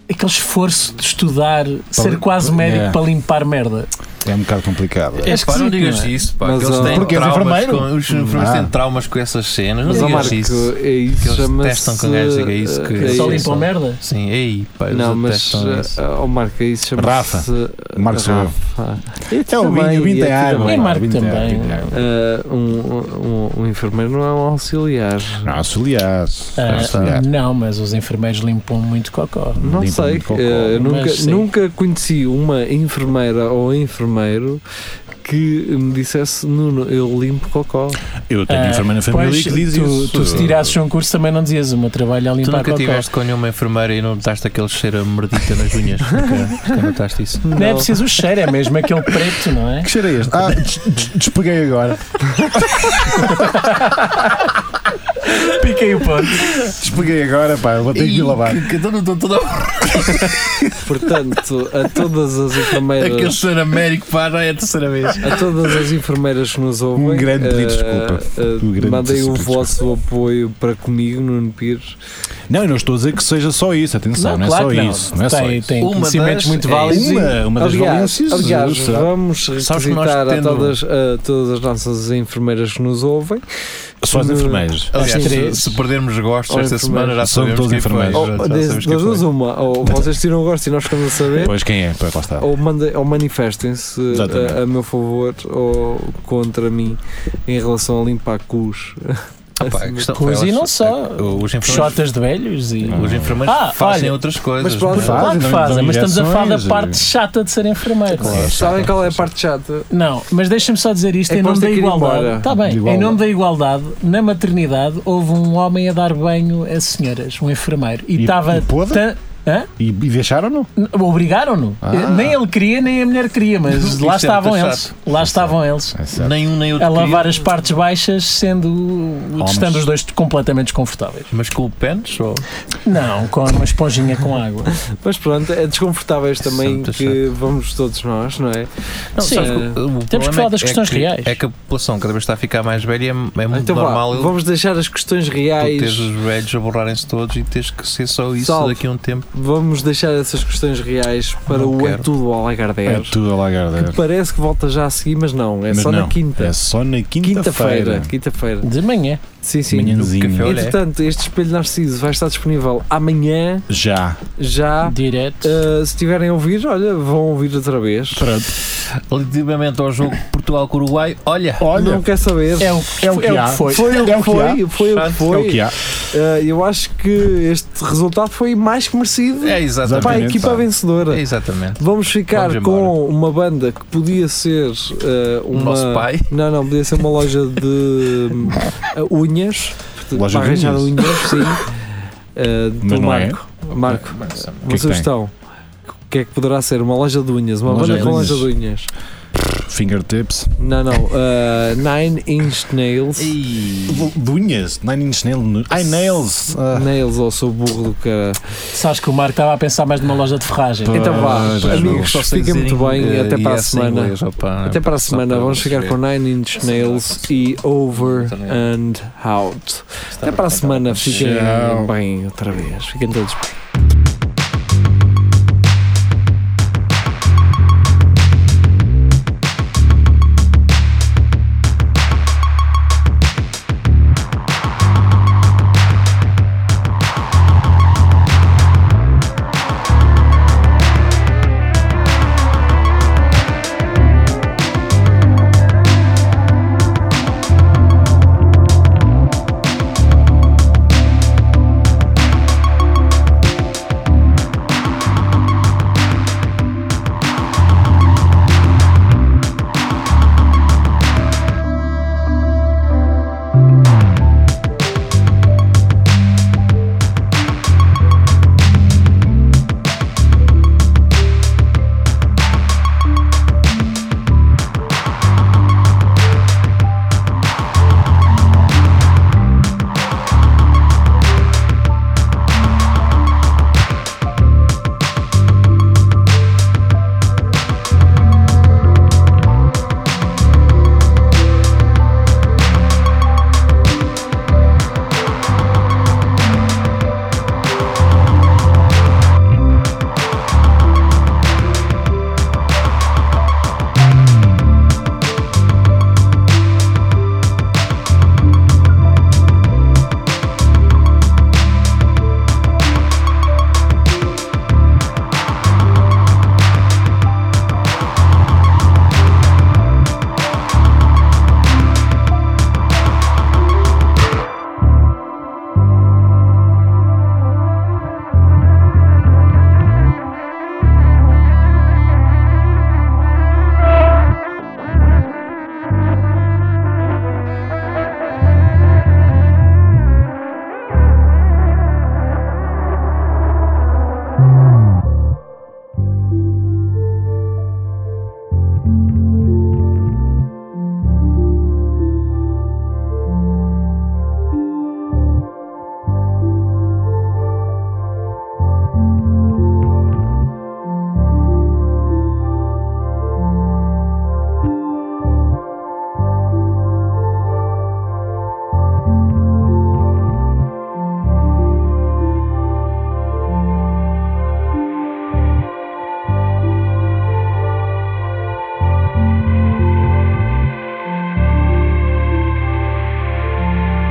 D: Aquele esforço de estudar, ser quase médico
C: yeah.
D: para limpar merda.
C: É um bocado complicado.
D: É
E: Pá, não
D: esquisito,
E: digas
D: não é?
E: isso, pá.
B: Mas,
E: que eles
B: ó,
E: têm
C: Porque és
E: traumas
C: enfermeiro?
E: com, os enfermeiros
C: Ah.
E: têm traumas com essas cenas. Não
B: Mas, ó,
E: digas
B: Marco,
E: isso.
B: é
E: Que
B: isso
E: eles
B: chama-se.
E: testam com gajo, diga isso que-
B: é
D: Só
E: isso.
D: limpam merda.
E: Sim, ei, pá. eles
B: Não, mas.
E: detestam isso.
B: ah, Ó Marco, é isso chama-se.
C: Rafa.
B: ah,
C: Marco sou eu.
B: Rafa. E tu
C: É o vinho,
B: também,
C: o vinho
B: e
C: tem
B: tu
C: água.
B: também.
D: E Marco
C: o vinho tem
D: também.
C: água, o vinho tem água.
B: Ah, um, um, um enfermeiro não é um auxiliar.
C: Não, auxiliar.
D: Ah,
C: auxiliar.
D: não, mas os enfermeiros limpam muito cocó.
B: Não
C: Limpa
B: sei,
C: muito cocó.
B: eh, nunca,
D: Mas sim.
B: nunca conheci uma enfermeira ou enfermeiro que me dissesse Nuno, eu limpo cocó.
C: Eu tenho
D: Ah,
C: enfermeira na família
D: pois,
C: que diz
D: tu,
C: isso.
D: Tu se tirasses um curso também não dizias o meu trabalho é
E: Tu
D: limpar
E: nunca
D: cocó.
E: tiveste com nenhuma enfermeira e não notaste aquele cheiro a merdita nas unhas? Nunca, nunca notaste isso?
D: Não. é preciso o cheiro, é mesmo aquele preto, não é?
C: Que cheiro é este? Ah, des- des- despeguei agora.
D: Piquei o ponto.
C: Despeguei agora, pá, vou ter que ir lavar.
E: Que, então que, todo, todo, todo,
B: Portanto, a todas as
E: aquele
B: enfermeiras,
E: cheiro américo, pá, não é a terceira vez.
B: a todas as enfermeiras que nos ouvem,
C: Um grande pedido de
B: eh,
C: desculpa.
B: eh,
C: Um grande
B: mandem
C: pedido
B: o
C: de desculpa.
B: vosso apoio para comigo, Nuno Pires.
C: Não, eu não estou a dizer que seja só isso, atenção, não, é
D: claro
C: só
D: que
C: isso. Não é só
D: tem,
C: isso.
D: tem
E: Uma
D: conhecimentos
E: das-
D: muito
E: é
D: válidos. e-
C: Uma, uma das
B: aliás,
C: valências.
B: aliás,
C: sabe?
B: vamos
E: Sabes que nós
B: requisitar a
E: tendo-
B: todas, a todas as nossas enfermeiras que nos ouvem.
C: Só as
B: de-
C: enfermeiras.
E: Aliás, se,
D: três.
E: se perdermos gostos
B: Ou
E: esta semana já
C: enfermeiros. São
E: sabemos
C: todos
E: quem foi.
C: enfermeiros.
E: Já-
B: Ou,
E: já
B: das
E: sabemos quem
B: das duas,
E: foi.
B: uma, ou vocês tiram o gosto e nós ficamos a saber.
C: Pois quem é? Pois lá está.
B: ou, mandem- ou manifestem-se eh,
C: Exatamente.
B: a, a meu favor ou contra mim em relação a limpar cus. Assim,
E: Ah, pá, a questão foi,
D: Pois e
E: elas-
D: não
C: é,
D: só.
E: eh, Os enfermeiros,
D: Chotas de velhos e.
E: os enfermeiros
D: Ah,
E: fazem
D: olha,
E: outras coisas.
B: mas pronto,
E: não é?
C: faz.
D: Claro que
C: dão-
D: fazem,
C: dão
D: mas estamos a falar da
C: injeções,
D: parte chata de ser enfermeiro.
C: Claro.
B: Sabem qual é a parte chata?
D: Não, mas deixa-me só dizer isto
B: É que
D: em nome
B: vamos ter
D: da
B: que ir
D: igualdade.
B: embora.
D: Está bem,
C: De
D: em
C: igualdade.
D: nome da igualdade, na maternidade houve um homem a dar banho a senhoras, um enfermeiro, e
C: E-
D: estava.
C: e pôde?
D: tan- Hã?
C: E, e deixaram-no?
D: N- Obrigaram-no.
C: Ah.
D: Nem ele queria, nem a mulher queria, mas
E: Isso é
D: lá
E: muito
D: estavam
E: chato.
D: eles. Lá estavam eles.
C: É certo.
E: Nem um nem outro.
D: A lavar
E: queria,
D: as partes baixas, sendo
C: Homens.
D: estando os dois completamente desconfortáveis.
E: Mas com o pênis? Ou...
D: Não, com uma esponjinha com água.
B: Mas pronto, é desconfortáveis
E: Isso é
B: também
E: muito
B: que vamos todos nós, não é?
E: Não,
D: Sim.
E: sabes que o- o
D: Temos
E: problema
D: que falar
E: é
D: das questões
E: é que,
D: reais.
E: É que a população cada vez está a ficar mais velha e é, é muito
B: Então vá,
E: normal ele-
B: vamos deixar as questões
E: tu teres
B: reais.
E: os velhos a borrarem-se todos e teres que ser só isso
B: Salve.
E: daqui a um tempo.
B: Vamos deixar essas questões reais para
E: Não
B: o
E: quero.
B: É Tudo ao
C: É
B: Lagardère.
C: tudo a lagardeira.
B: Parece que volta já a seguir, mas não, é
C: Mas
B: só
C: não,
B: na quinta.
C: É só na
B: Quinta-feira.
C: quinta-feira.
B: Quinta-feira.
D: De manhã.
B: sim, sim.
C: Manhãzinha.
E: No café. Olha.
B: Entretanto, este espelho Narciso vai estar disponível amanhã,
C: Já.
B: já.
D: Direto.
B: Uh, se tiverem a ouvir, olha, vão ouvir outra vez.
C: Pronto.
E: Relativamente ao jogo Portugal com o Uruguai, olha,
B: Não
C: Olha.
B: quer saber.
D: É o, é o, é o que
C: há.
D: foi.
B: Foi o
C: É
B: que
C: o
B: foi, foi
C: que
B: o que
C: É o
B: foi.
C: que há.
B: Uh, eu acho que este resultado foi mais que merecido
E: é
B: para a
E: exatamente.
C: Exatamente,
B: equipa
C: pá.
E: É
B: vencedora.
E: exatamente.
B: Vamos ficar
E: Vamos embora.
B: com uma banda que podia ser uh,
E: O
B: uma.
E: nosso pai.
B: Não, não, podia ser uma loja de hum, uh, unhas. portanto,
C: Loja
B: para
C: de
B: arranjar
C: unhas?
B: unhas, sim. Uh, do
C: Mas não é?
B: Marco. Marco,
C: que
B: uma
C: é que tem?
B: sugestão. O que é que poderá ser? Uma loja de unhas, uma
C: Uma
B: banda
C: loja
B: com
C: de
B: loja de
C: unhas.
B: unhas.
C: Fingertips.
B: Não, não. uh, Nine Inch Nails.
C: Dunhas. Nine Inch Nails. Ai, Nails. Ah.
B: Nails, ou sou burro do cara.
D: Sabes que o Marco estava a pensar mais numa loja de ferragem.
C: Pois.
B: Então vá,
C: Ah, já
B: amigos,
E: Só sei
B: fiquem
E: dizer
B: muito
E: em-
B: bem.
E: eh,
B: Até para a
E: yes em
B: semana.
E: inglês, opa,
B: Até para a
E: só
B: semana.
E: para
B: Vamos chegar
E: perceber.
B: com Nine Inch Nails e Over and Out. Até
E: então
B: para a semana. Fiquem
C: Tchau.
B: bem outra vez. Fiquem todos bem.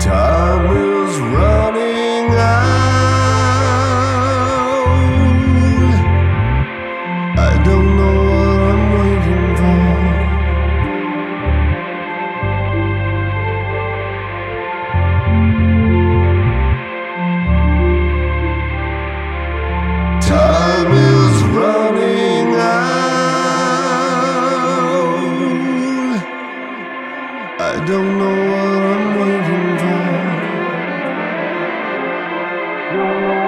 G: Time is running out. I don't know what I'm waiting for. Time is running out. I don't know what I'm waiting for.